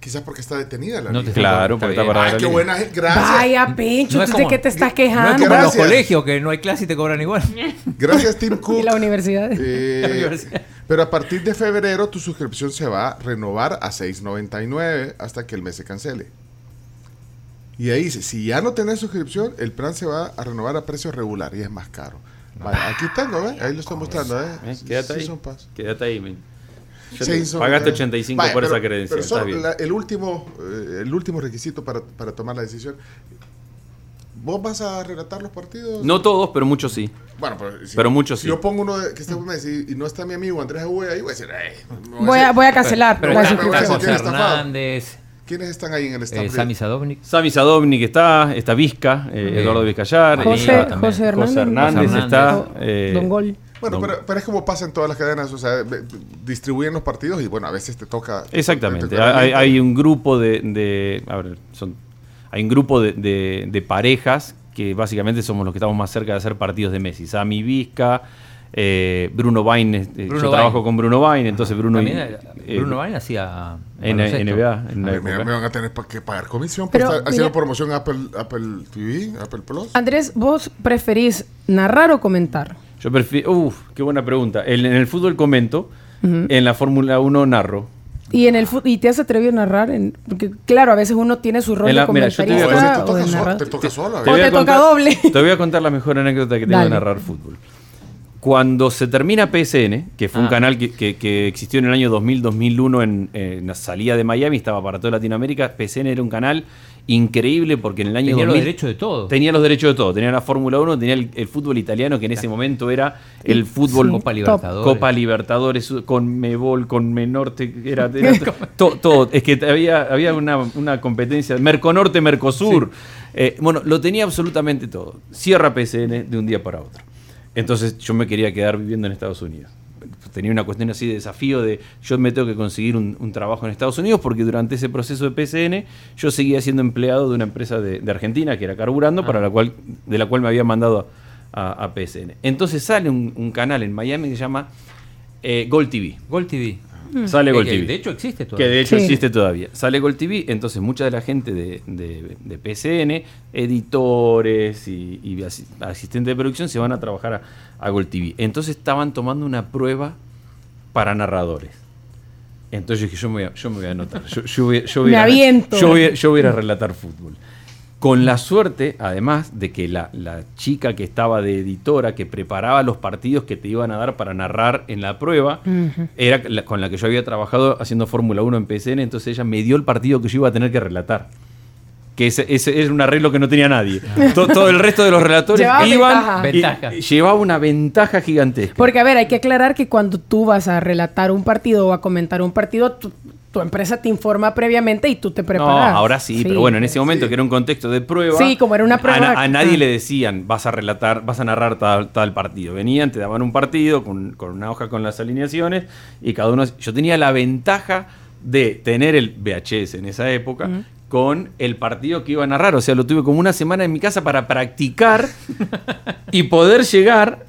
Speaker 3: Quizás porque está detenida la
Speaker 8: No
Speaker 3: liga.
Speaker 8: te-
Speaker 4: Claro, porque está
Speaker 8: bien.
Speaker 4: para
Speaker 3: Ah,
Speaker 4: la
Speaker 3: qué
Speaker 4: liga.
Speaker 3: buena, gente, gracias.
Speaker 6: Vaya, Pencho,
Speaker 8: No es
Speaker 6: ¿tú
Speaker 8: como-
Speaker 6: ¿de qué te estás
Speaker 8: No es
Speaker 6: quejando?
Speaker 8: como los
Speaker 3: Gracias.
Speaker 8: colegios que no hay clase y te cobran igual.
Speaker 3: Gracias, Tim Cook.
Speaker 6: *laughs* Y la universidad. *laughs*
Speaker 3: Eh, pero a partir de febrero tu suscripción se va a renovar a 6.99 hasta que el mes se cancele. Y ahí dice, si ya no tenés suscripción, el plan se va a renovar a precio regular y es más caro. Vale, aquí está, ¿no? ¿Ve? Ahí lo está mostrando, ¿eh?
Speaker 4: Eh, Quédate ahí.
Speaker 3: Season Pass.
Speaker 4: Quédate ahí. men. Yo te-
Speaker 3: Season
Speaker 4: Pagaste
Speaker 3: Pass.
Speaker 4: 85
Speaker 3: Vale,
Speaker 4: por
Speaker 3: pero-
Speaker 4: esa credencia.
Speaker 3: pero
Speaker 4: está
Speaker 3: solo
Speaker 4: bien.
Speaker 3: la- el, último, eh, el último requisito para, para tomar la decisión. ¿Vos vas a relatar los partidos?
Speaker 4: No todos, pero muchos sí.
Speaker 3: Bueno, pero, si,
Speaker 4: Pero muchos
Speaker 3: si
Speaker 4: sí.
Speaker 3: yo pongo uno de- que este está Messi y no está mi amigo Andrés Agüe ahí, voy a decir, "Ey, no
Speaker 6: Voy a, voy a cancelar
Speaker 8: Pero
Speaker 6: la
Speaker 8: está,
Speaker 3: pero
Speaker 8: está
Speaker 6: suscripción.
Speaker 8: José
Speaker 3: ¿quién está estafado?
Speaker 8: Hernández,
Speaker 3: ¿Quiénes están ahí en el stand?
Speaker 8: eh, Sami Sadovnik.
Speaker 4: Sami Sadovnik está, está Vizca, eh,
Speaker 8: Sí.
Speaker 4: Eduardo Vizcayar,
Speaker 8: José-
Speaker 4: está-
Speaker 8: también.
Speaker 6: José Hernández.
Speaker 4: José Hernández
Speaker 8: José
Speaker 4: está.
Speaker 6: Hernández.
Speaker 4: eh,
Speaker 6: Don Gol.
Speaker 3: bueno,
Speaker 4: Don-
Speaker 3: pero, pero es como pasa en todas las cadenas, o sea, ve- distribuyen los partidos y bueno, a veces te toca. te
Speaker 4: Exactamente.
Speaker 3: toca
Speaker 4: Hay,
Speaker 3: bien.
Speaker 4: hay un grupo de, de- a ver, son- hay un grupo de, de- de parejas que básicamente somos los que estamos más cerca de hacer partidos de Messi. Sami Vizca, eh, Bruno Bain, eh, yo
Speaker 8: Bruno Bain.
Speaker 4: trabajo con Bruno Bain, entonces Bruno
Speaker 8: También,
Speaker 4: eh,
Speaker 8: eh, Bruno Vaina hacía
Speaker 4: en la
Speaker 8: baloncesto. Ah,
Speaker 4: NBA. en
Speaker 3: A
Speaker 4: la
Speaker 3: ver, mira,
Speaker 4: época.
Speaker 3: me van a tener pa- que pagar comisión por
Speaker 6: Pero,
Speaker 3: estar haciendo
Speaker 6: mira- Ah,
Speaker 3: promoción a Apple, Apple TV, Apple Plus.
Speaker 6: Andrés, ¿vos preferís narrar o comentar?
Speaker 4: Yo prefiero. Uf, qué buena pregunta. En, en el fútbol comento, en la Fórmula 1 narro.
Speaker 6: Y en el fut- y te has atrevido a narrar, en- porque claro, a veces uno tiene su rol
Speaker 4: En la-
Speaker 6: de
Speaker 4: mira, yo
Speaker 6: comentarista
Speaker 4: te voy
Speaker 3: O
Speaker 4: a-
Speaker 3: a veces te
Speaker 6: o de
Speaker 3: toca, solo, te
Speaker 6: narrador.
Speaker 3: toca solo, a
Speaker 6: Te-
Speaker 4: voy
Speaker 3: ver.
Speaker 4: a
Speaker 6: toca doble.
Speaker 4: Te voy a contar la mejor anécdota que tengo
Speaker 6: Dale.
Speaker 4: de narrar fútbol. Cuando se termina PSN, que fue un
Speaker 8: Ah.
Speaker 4: canal que, que- que existió en el año 2000-2001 en, en la salida de Miami, estaba para toda Latinoamérica, PSN era un canal increíble porque en el año
Speaker 8: Tenía
Speaker 4: 2000...
Speaker 8: los derechos de todo.
Speaker 4: Tenía los derechos de todo. Tenía la Fórmula 1, tenía el, el fútbol italiano, que en ese momento era el fútbol...
Speaker 8: Copa Libertadores.
Speaker 4: Copa Libertadores, con Mebol, con Menorte, era, era to- todo. Es que había, había una, una competencia, Merconorte, Mercosur. Eh, bueno, lo tenía absolutamente todo. Cierra PCN de un día para otro. Entonces yo me quería quedar viviendo en Estados Unidos. Tenía una cuestión así de desafío de yo me tengo que conseguir un, un trabajo en Estados Unidos porque durante ese proceso de PCN yo seguía siendo empleado de una empresa de, de Argentina que era Carburando, para la cual, de la cual me había mandado a, a PSN. Entonces sale un, un canal en Miami que se llama eh, Gol TV.
Speaker 8: Gol TV.
Speaker 4: Sale
Speaker 8: Eh,
Speaker 4: Gol
Speaker 8: que
Speaker 4: TV.
Speaker 8: De hecho existe
Speaker 4: que de
Speaker 8: todavía.
Speaker 4: hecho
Speaker 6: Sí.
Speaker 4: existe todavía. Sale Gol TV, entonces mucha de la gente de, de- de PCN, editores y, y asi- asistentes de producción se van a trabajar a, a Gol TV. Entonces estaban tomando una prueba para narradores. Entonces yo dije, yo me voy a, yo me voy a anotar. Yo, yo voy, a- yo voy
Speaker 6: Me
Speaker 4: a-
Speaker 6: aviento.
Speaker 4: yo voy a- yo voy a ir a relatar fútbol. Con la suerte, además, de que la, la chica que estaba de editora, que preparaba los partidos que te iban a dar para narrar en la prueba, era la- con la que yo había trabajado haciendo Fórmula 1 en PCN, entonces ella me dio el partido que yo iba a tener que relatar. que ese, ese era un arreglo que no tenía
Speaker 6: *laughs*
Speaker 4: nadie. To- todo el resto de los relatores
Speaker 6: Llevaba
Speaker 4: iban y-
Speaker 8: ventaja.
Speaker 4: y llevaba una ventaja gigantesca.
Speaker 6: Porque, a ver, hay que aclarar que cuando tú vas a relatar un partido o a comentar un partido, tu, tu empresa te informa previamente y tú te preparas.
Speaker 4: No, ahora sí, pero bueno, en ese momento que era un contexto de prueba.
Speaker 6: Sí, como era una
Speaker 4: a
Speaker 6: prueba.
Speaker 4: na- A, nadie
Speaker 6: Ah.
Speaker 4: le decían, vas a relatar, vas a narrar tal, tal partido. Venían, te daban un partido con, con una hoja con las alineaciones y cada uno. Yo tenía la ventaja de tener el VHS en esa época. con el partido que iba a narrar, o sea, lo tuve como una semana en mi casa para
Speaker 6: *laughs*
Speaker 4: practicar y poder llegar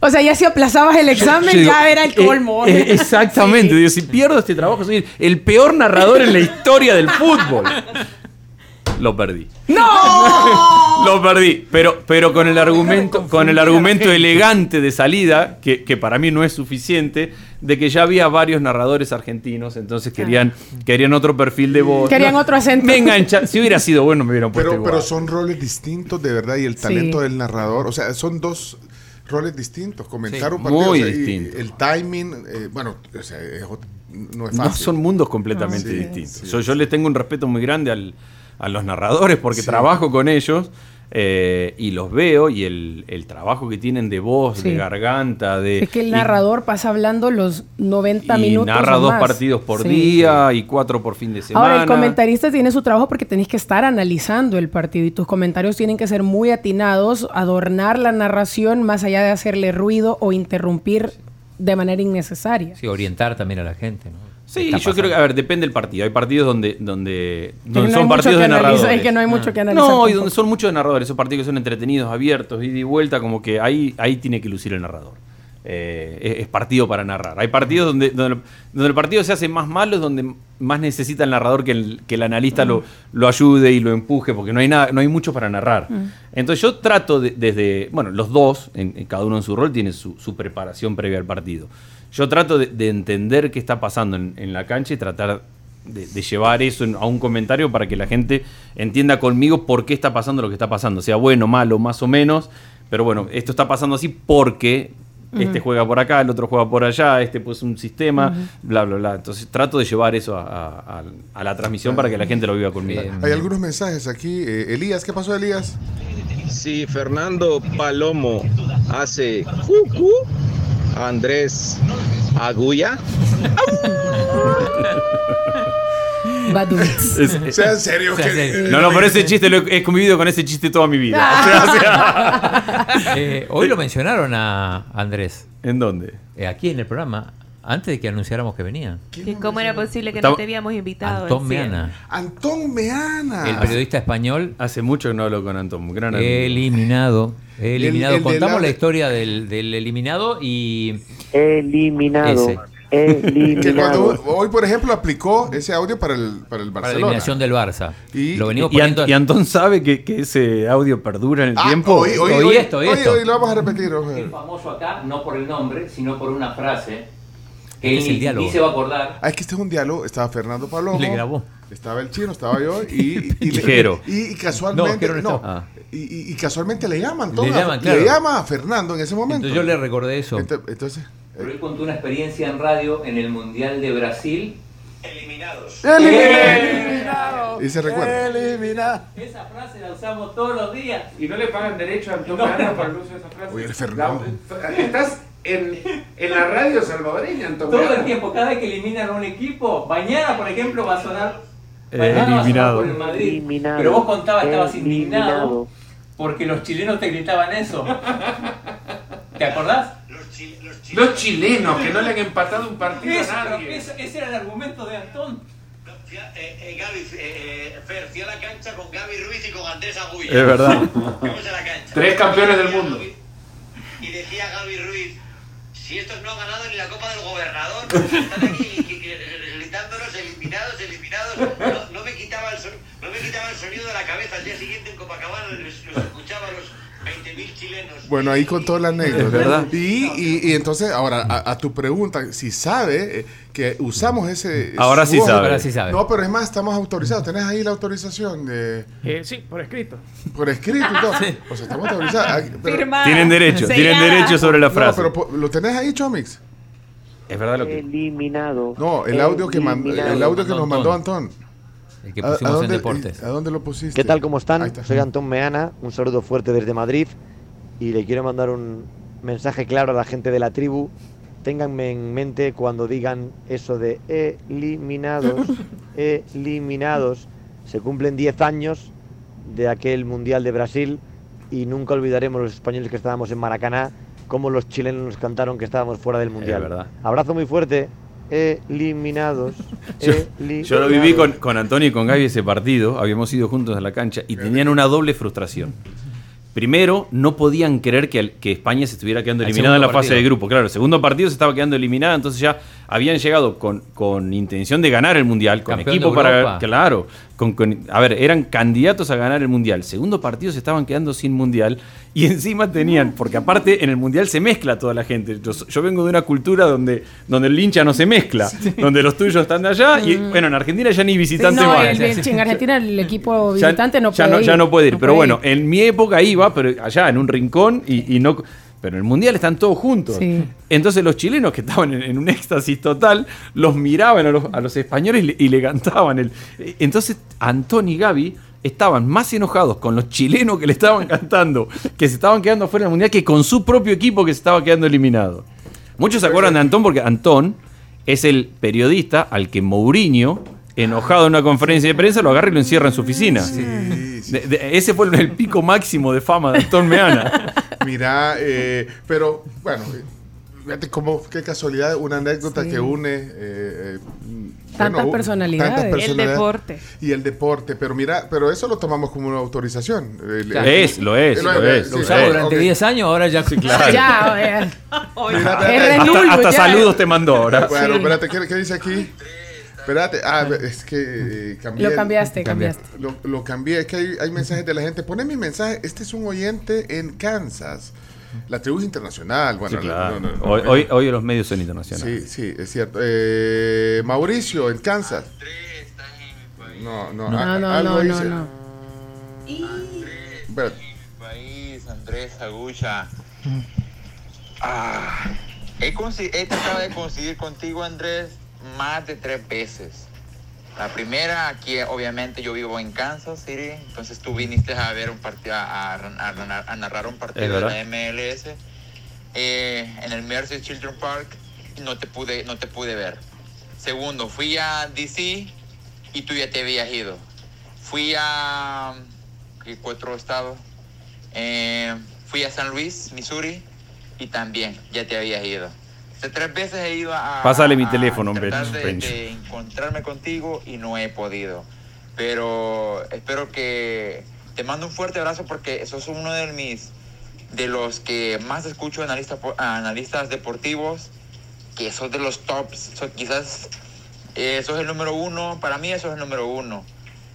Speaker 6: O sea, ya si
Speaker 4: *laughs*
Speaker 6: aplazabas el examen,
Speaker 4: yo digo,
Speaker 6: ya era el
Speaker 4: eh,
Speaker 6: colmo. *laughs*
Speaker 4: eh, exactamente. Digo, si pierdo este trabajo, soy el peor narrador en la historia del fútbol. Lo perdí. *laughs* ¡No! Lo perdí. Pero, pero con el argumento, con el argumento elegante de salida, que, que para mí no es suficiente, de que ya había varios narradores argentinos, entonces querían, querían otro perfil de voz.
Speaker 6: Ah. Querían
Speaker 4: No,
Speaker 6: otro acento.
Speaker 4: Me engancha. Si hubiera sido bueno, me hubieran puesto
Speaker 3: Pero,
Speaker 4: igual.
Speaker 3: pero son roles distintos de verdad y el talento
Speaker 6: Sí.
Speaker 3: del narrador, o sea, son dos roles distintos. Comentar
Speaker 8: Sí,
Speaker 3: un partido
Speaker 4: muy
Speaker 3: o sea, y
Speaker 4: distinto.
Speaker 3: el timing, eh, bueno, o sea, es ot- no es fácil.
Speaker 4: No son mundos completamente
Speaker 6: Ah,
Speaker 3: Sí,
Speaker 4: distintos.
Speaker 3: sí,
Speaker 4: yo yo
Speaker 3: sí.
Speaker 4: le tengo un respeto muy grande al- a los narradores porque
Speaker 3: Sí.
Speaker 4: trabajo con ellos eh, y los veo y el, el trabajo que tienen de voz,
Speaker 6: Sí.
Speaker 4: de garganta, de...
Speaker 6: Es que el
Speaker 4: y-
Speaker 6: narrador pasa hablando los 90
Speaker 4: y,
Speaker 6: minutos.
Speaker 4: narra
Speaker 6: o
Speaker 4: dos
Speaker 6: más.
Speaker 4: partidos por
Speaker 6: Sí.
Speaker 4: día y cuatro por fin de semana.
Speaker 6: Ahora, el comentarista tiene su trabajo porque tenés que estar analizando el partido y tus comentarios tienen que ser muy atinados, adornar la narración más allá de hacerle ruido o interrumpir de manera innecesaria.
Speaker 8: Sí, orientar también a la gente. ¿no? ¿Qué
Speaker 4: Sí,
Speaker 8: está
Speaker 4: yo creo que, a
Speaker 8: pasando?
Speaker 4: ver, depende del partido. Hay partidos donde, donde,
Speaker 6: Es que
Speaker 4: donde
Speaker 6: no hay
Speaker 4: son
Speaker 6: mucho
Speaker 4: partidos
Speaker 6: que
Speaker 4: de
Speaker 6: analizar,
Speaker 4: narradores. Ah.
Speaker 6: Es que no hay mucho que analizar.
Speaker 4: No, y
Speaker 6: tampoco.
Speaker 4: donde son muchos narradores, esos partidos que son entretenidos, abiertos, ida y vuelta, como que ahí, ahí tiene que lucir el narrador. Eh, es, es partido para narrar. Hay partidos donde, donde, donde el partido se hace más malo, es donde más necesita el narrador que el, que el analista lo, lo ayude y lo empuje, porque no hay nada, no hay mucho para narrar.
Speaker 6: Mm.
Speaker 4: Entonces yo trato de- desde, bueno, los dos, en, en cada uno en su rol, tiene su, su preparación previa al partido. Yo trato de, de entender qué está pasando en- en la cancha y tratar de, de llevar eso en- a un comentario para que la gente entienda conmigo por qué está pasando lo que está pasando, sea bueno, malo, más o menos, pero bueno, esto está pasando así porque este juega por acá, el otro juega por allá, este puso un sistema, bla, bla, bla. Entonces trato de llevar eso a, a- a- a la transmisión para que la gente lo viva conmigo.
Speaker 3: Hay algunos mensajes aquí. eh, Elías, ¿qué pasó, Elías?
Speaker 5: Si Fernando Palomo hace cucú, Andrés Agulla.
Speaker 4: *laughs* *laughs*
Speaker 6: Badum.
Speaker 4: Es-
Speaker 3: O
Speaker 4: es-
Speaker 3: sea, en serio.
Speaker 8: sea,
Speaker 3: que- eh,
Speaker 8: serio.
Speaker 4: no, no, pero ese chiste lo he, he convivido con ese chiste toda mi vida. *laughs* O sea, o sea,
Speaker 8: Eh, hoy lo mencionaron a Andrés,
Speaker 4: ¿En dónde?
Speaker 8: eh, aquí en el programa, antes de que anunciáramos que venía.
Speaker 9: Que ¿Cómo era posible que
Speaker 4: Estaba-
Speaker 9: no te habíamos invitado?
Speaker 8: Antón
Speaker 9: decía.
Speaker 8: Meana,
Speaker 3: Antón Meana.
Speaker 8: el periodista español,
Speaker 4: Hace mucho que no hablo con Antón. gran amigo.
Speaker 8: eliminado. Eliminado.
Speaker 3: El- el de
Speaker 8: Contamos
Speaker 3: la-
Speaker 8: la... historia del, del eliminado y
Speaker 10: Eliminado.
Speaker 8: Ese.
Speaker 3: que cuando,
Speaker 10: Eliminado.
Speaker 3: hoy, por ejemplo, aplicó ese audio para el, para el
Speaker 8: para la
Speaker 3: Barcelona.
Speaker 8: eliminación del Barça.
Speaker 3: Y-
Speaker 8: lo venimos
Speaker 4: Y, An-
Speaker 8: poniendo.
Speaker 4: y Antón sabe que, que ese audio perdura en el
Speaker 3: Ah,
Speaker 4: tiempo.
Speaker 3: Hoy, hoy,
Speaker 8: Oí
Speaker 3: hoy-
Speaker 8: esto, oí
Speaker 3: hoy-
Speaker 8: esto.
Speaker 3: hoy lo vamos a repetir. vamos a ver.
Speaker 11: famoso acá, no por el nombre, sino por una frase
Speaker 8: que Este Es él el ni- diálogo. ni se va
Speaker 11: a acordar.
Speaker 3: Ah, es que este es un diálogo. Estaba Fernando Palomo.
Speaker 8: Le grabó.
Speaker 3: Estaba el chino, estaba yo. Y,
Speaker 8: *laughs*
Speaker 3: y, y-
Speaker 4: Jero.
Speaker 3: y- y casualmente.
Speaker 8: No, Jero no
Speaker 3: no,
Speaker 8: estaba.
Speaker 4: Ah.
Speaker 3: y, y- y casualmente le llaman.
Speaker 8: Le
Speaker 3: Le,
Speaker 8: llaman,
Speaker 3: llaman
Speaker 8: claro.
Speaker 3: le llama a Fernando en ese momento.
Speaker 8: Entonces yo le recordé eso.
Speaker 3: Ent- Entonces.
Speaker 11: Pero él contó una experiencia en radio en el Mundial de Brasil.
Speaker 3: Y se recuerda.
Speaker 11: Esa frase la usamos todos los días. Y no le pagan derecho a Antón Meana por el uso de esa frase.
Speaker 3: Oye, el Fernando.
Speaker 12: Estás en, en la radio salvadoreña, Antonio.
Speaker 11: Todo el tiempo, cada vez que eliminan a un equipo, mañana por ejemplo va a sonar.
Speaker 4: Eh,
Speaker 11: mañana va a sonar
Speaker 4: eliminado.
Speaker 11: Por el Madrid.
Speaker 10: Eliminado. Eh,
Speaker 11: Pero vos contabas, estabas
Speaker 10: Eliminado.
Speaker 11: indignado porque los chilenos te gritaban eso. ¿Te acordás?
Speaker 12: Los chilenos que no le han empatado un partido
Speaker 11: Eso,
Speaker 12: a nadie.
Speaker 11: eso- ese era el argumento de Antón.
Speaker 10: fui a la cancha con Gaby Ruiz y con Andrés Agulla.
Speaker 4: Es *laughs* verdad.
Speaker 10: Fuimos a la cancha.
Speaker 12: Tres campeones del mundo.
Speaker 10: Y decía Gaby Ruiz, si estos no han ganado ni la Copa del Gobernador, están aquí gri- gri- gritándonos eliminados, eliminados. No, no me quitaba el son- no me quitaba el sonido de la cabeza. Al día siguiente en Copacabana los, los escuchaba a los 20.000 chilenos.
Speaker 3: Bueno, ahí contó la anécdota.
Speaker 4: verdad.
Speaker 3: Y, y- y entonces, ahora, a, a tu pregunta, si sabe eh, que usamos ese.
Speaker 4: Ahora
Speaker 3: su
Speaker 4: sí
Speaker 3: voz-
Speaker 4: sabe.
Speaker 8: Ahora sí sabe.
Speaker 3: No, pero es más, estamos autorizados. ¿Tenés ahí la autorización de,
Speaker 12: Eh, sí, por escrito.
Speaker 3: por escrito y
Speaker 4: *laughs*
Speaker 3: todo? O sea, estamos autorizados. Ah, pero-
Speaker 9: Firmada,
Speaker 4: Tienen derecho, tienen
Speaker 9: sellada.
Speaker 4: derecho sobre la
Speaker 3: No,
Speaker 4: frase.
Speaker 3: pero po- ¿lo tenés ahí, Chomix?
Speaker 4: es verdad lo que.
Speaker 10: Eliminado.
Speaker 13: Eh,
Speaker 3: No, el audio que, mandó, el audio que nos mandó Antón.
Speaker 8: El que pusimos en
Speaker 3: dónde- eh,
Speaker 8: deportes.
Speaker 3: ¿A dónde lo pusiste?
Speaker 4: Este,
Speaker 13: ¿Qué tal? ¿Cómo
Speaker 3: Ahí
Speaker 13: están?
Speaker 3: está.
Speaker 13: Soy Antón Meana, un saludo fuerte desde Madrid y le quiero mandar un mensaje claro a la gente de la tribu. Ténganme en mente cuando digan eso de
Speaker 4: *laughs*
Speaker 13: eliminados, eliminados. Se cumplen 10 años de aquel Mundial de Brasil y nunca olvidaremos los españoles que estábamos en Maracaná, como los chilenos nos cantaron que estábamos fuera del Mundial.
Speaker 4: verdad.
Speaker 13: Abrazo muy fuerte. Eliminados.
Speaker 4: *laughs* Yo lo viví
Speaker 13: eliminados.
Speaker 4: con, con Antonio y con Gaby ese partido, habíamos ido juntos a la cancha y tenían una doble frustración. Primero, no podían creer que, al- que España se estuviera quedando
Speaker 8: Al
Speaker 4: eliminada en la
Speaker 8: segundo
Speaker 4: fase
Speaker 8: partido.
Speaker 4: de grupo. Claro, el segundo partido se estaba quedando eliminada, entonces ya habían llegado con, con intención de ganar el Mundial, con
Speaker 8: Campeón de
Speaker 4: equipo para...
Speaker 8: Europa.
Speaker 4: Claro, con, con- a ver, eran candidatos a ganar el Mundial. Segundo partido se estaban quedando sin Mundial y *laughs* encima tenían, porque aparte en el Mundial se mezcla toda la gente. Yo, yo vengo de una cultura donde, donde el hincha no se mezcla, donde los tuyos están de allá y bueno, en Argentina ya ni visitante
Speaker 6: Mm. no,
Speaker 4: van.
Speaker 6: el- el- en Argentina el equipo
Speaker 4: Ya-
Speaker 6: visitante no
Speaker 4: ya
Speaker 6: puede ir.
Speaker 4: ya no puede ir. pero
Speaker 6: puede
Speaker 4: bueno, eh, en mi época iba, pero allá en un rincón y, y no. Pero en el mundial están todos juntos.
Speaker 6: Sí.
Speaker 4: Entonces los chilenos que estaban en, en un éxtasis total los miraban a los, a los españoles y le, y le cantaban. El, entonces Antón y Gaby estaban más enojados con los chilenos que le estaban cantando, que se estaban quedando fuera del mundial, que con su propio equipo que se estaba quedando eliminado. Muchos se acuerdan de Antón porque Antón es el periodista al que Mourinho, enojado en una conferencia de prensa, lo agarra y lo encierra en su oficina. De- de- ese fue el, el pico máximo de fama de Antón Meana.
Speaker 3: Mirá, eh, pero bueno, eh, fíjate cómo, qué casualidad, una anécdota
Speaker 6: Sí.
Speaker 3: que une. eh, eh,
Speaker 6: Tantas
Speaker 3: u-
Speaker 6: personalidades.
Speaker 3: tantas
Speaker 6: El
Speaker 3: personalidades.
Speaker 6: deporte.
Speaker 3: Y el deporte, pero mira, pero eso lo tomamos como una autorización. El-
Speaker 8: Claro.
Speaker 3: el-
Speaker 8: Es,
Speaker 4: lo es, lo es,
Speaker 8: Lo
Speaker 3: sí,
Speaker 8: usaba
Speaker 3: sí,
Speaker 8: durante
Speaker 3: ok.
Speaker 8: 10 años, ahora ya.
Speaker 6: Ya, eh,
Speaker 3: *laughs* Es re
Speaker 4: hasta,
Speaker 3: nulo,
Speaker 4: hasta
Speaker 3: ya.
Speaker 4: saludos te mandó ahora.
Speaker 3: Ah, Bueno, espérate, ¿qué, qué dice aquí? Espérate, ah, es que eh, cambié.
Speaker 6: Lo cambiaste, cambiaste.
Speaker 3: Lo, lo cambié, es que hay, hay mensajes de la gente. Pone mi mensaje, este es un oyente en Kansas. La tribu es internacional. Bueno,
Speaker 4: Sí, claro.
Speaker 3: no, no, no,
Speaker 4: hoy,
Speaker 3: no.
Speaker 4: hoy- hoy los medios son internacionales.
Speaker 3: Sí, sí, es cierto. Eh, Mauricio, en Kansas. No, no,
Speaker 6: No,
Speaker 3: a-
Speaker 6: no,
Speaker 3: Ah, algo
Speaker 6: no, no,
Speaker 3: dice.
Speaker 6: no.
Speaker 3: Espérate.
Speaker 14: país, Andrés Agulla. Ah, he, consi- he tratado de conseguir contigo, Andrés, más de tres veces. La primera, aquí obviamente yo vivo en Kansas City, entonces tú viniste a ver un partido, a, a- a- a narrar un
Speaker 4: Es
Speaker 14: partido de
Speaker 4: verdad.
Speaker 14: la MLS eh, en el Mercy Children Park y no te pude, no te pude ver. Segundo, fui a DC y tú ya te habías ido. Fui a ¿qué otro estado? Eh, fui a San Luis, Missouri, y también ya te habías ido. O sea, tres veces he ido a.
Speaker 4: Pásale
Speaker 14: a-
Speaker 4: mi
Speaker 14: a
Speaker 4: teléfono,
Speaker 14: tratar
Speaker 4: Bench-
Speaker 14: de-
Speaker 4: Bencho.
Speaker 14: de encontrarme contigo y no he podido. Pero espero que te mando un fuerte abrazo porque sos uno de mis de los que más escucho analistas analistas deportivos, que sos de los tops, sos- quizás eh, sos el número uno, para mí eso es el número uno.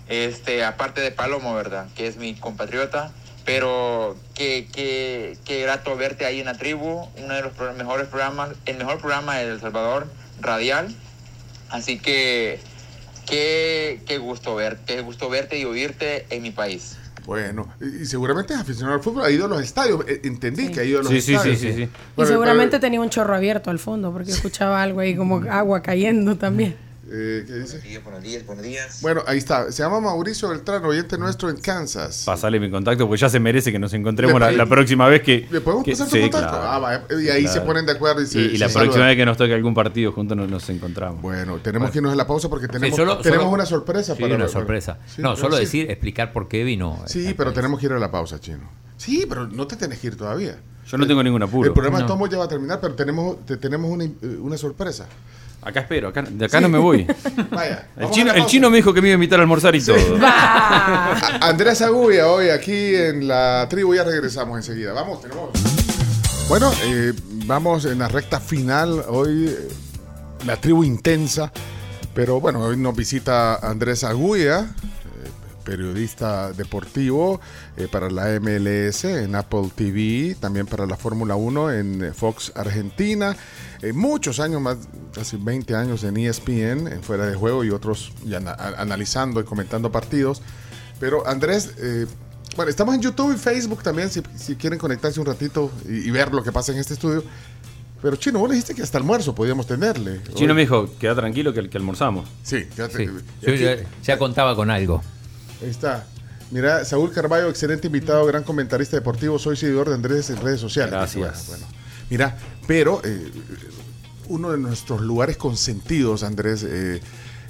Speaker 14: Este, aparte de Palomo, ¿verdad? Que es mi compatriota. Pero qué, qué, qué grato verte ahí en la tribu, uno de los pro- mejores programas, el mejor programa de El Salvador, radial. Así que qué, qué gusto verte, qué gusto verte y oírte en mi país.
Speaker 3: Bueno, y y seguramente es aficionado al fútbol, ha ido a los estadios. eh, Entendí que ha ido a los
Speaker 4: Sí, sí,
Speaker 3: estadios.
Speaker 4: sí, sí, sí.
Speaker 6: Y
Speaker 3: Bueno, eh,
Speaker 6: seguramente tenía un chorro abierto al fondo porque escuchaba algo ahí como
Speaker 4: Mm.
Speaker 6: agua cayendo también.
Speaker 3: eh, ¿qué dice? Bueno, ahí está. Se llama Mauricio Beltrán, oyente nuestro en Kansas.
Speaker 4: Pasale mi contacto porque ya se merece que nos encontremos la,
Speaker 3: Le-
Speaker 4: la próxima vez que.
Speaker 3: ¿Le podemos
Speaker 4: que-
Speaker 3: pasar tu
Speaker 4: sí,
Speaker 3: contacto?
Speaker 4: claro.
Speaker 3: Ah, va, y ahí
Speaker 4: Claro.
Speaker 3: se ponen de acuerdo y se-
Speaker 4: Y- y la
Speaker 3: se
Speaker 4: próxima
Speaker 3: saludan.
Speaker 4: vez que nos toque algún partido juntos nos, nos encontramos.
Speaker 3: Bueno, tenemos que irnos a la pausa porque tenemos,
Speaker 8: solo-
Speaker 3: tenemos
Speaker 8: solo-
Speaker 3: una sorpresa
Speaker 8: Sí,
Speaker 3: para
Speaker 8: una
Speaker 3: para-
Speaker 8: sorpresa.
Speaker 3: Sí,
Speaker 8: no,
Speaker 3: pero
Speaker 8: solo
Speaker 3: sí.
Speaker 8: decir, explicar por qué vino.
Speaker 3: Sí, pero tenemos que ir a la pausa, chino. Sí, pero no te tenés que ir todavía.
Speaker 4: Yo no tengo ningún apuro.
Speaker 3: El programa de
Speaker 4: No.
Speaker 3: Tomo ya va a terminar, pero tenemos, te- tenemos una, eh, una sorpresa.
Speaker 4: Acá espero, acá, de acá no
Speaker 3: *laughs*
Speaker 4: me voy.
Speaker 3: Vaya.
Speaker 4: *laughs* El chino, el chino me dijo que me iba a invitar a almorzar y todo.
Speaker 3: A- Andrés Agulla hoy aquí en la tribu, ya regresamos enseguida. Vamos, tenemos. Bueno, eh, vamos en la recta final hoy, eh, la tribu intensa, pero bueno, hoy nos visita Andrés Agulla, eh, periodista deportivo eh, para la MLS en Apple TV, también para la Fórmula 1 en eh, Fox Argentina, eh, muchos años más, casi 20 años en E ESPN, en Fuera de Juego y otros y ana- a- analizando y comentando partidos. Pero Andrés, eh, bueno, estamos en YouTube y Facebook también, si, si quieren conectarse un ratito y, y ver lo que pasa en este estudio. Pero Chino, vos le dijiste que hasta almuerzo podíamos tenerle.
Speaker 4: El chino me dijo, queda tranquilo que, que almorzamos.
Speaker 3: Sí, quédate.
Speaker 8: Sí. Yo ya, ya contaba con algo.
Speaker 3: Ahí está. Mira, Saúl Carballo, excelente invitado, gran comentarista deportivo. Soy seguidor de Andrés en redes sociales.
Speaker 4: Gracias.
Speaker 3: Bueno, bueno. Mira, pero eh, uno de nuestros lugares consentidos, Andrés, eh,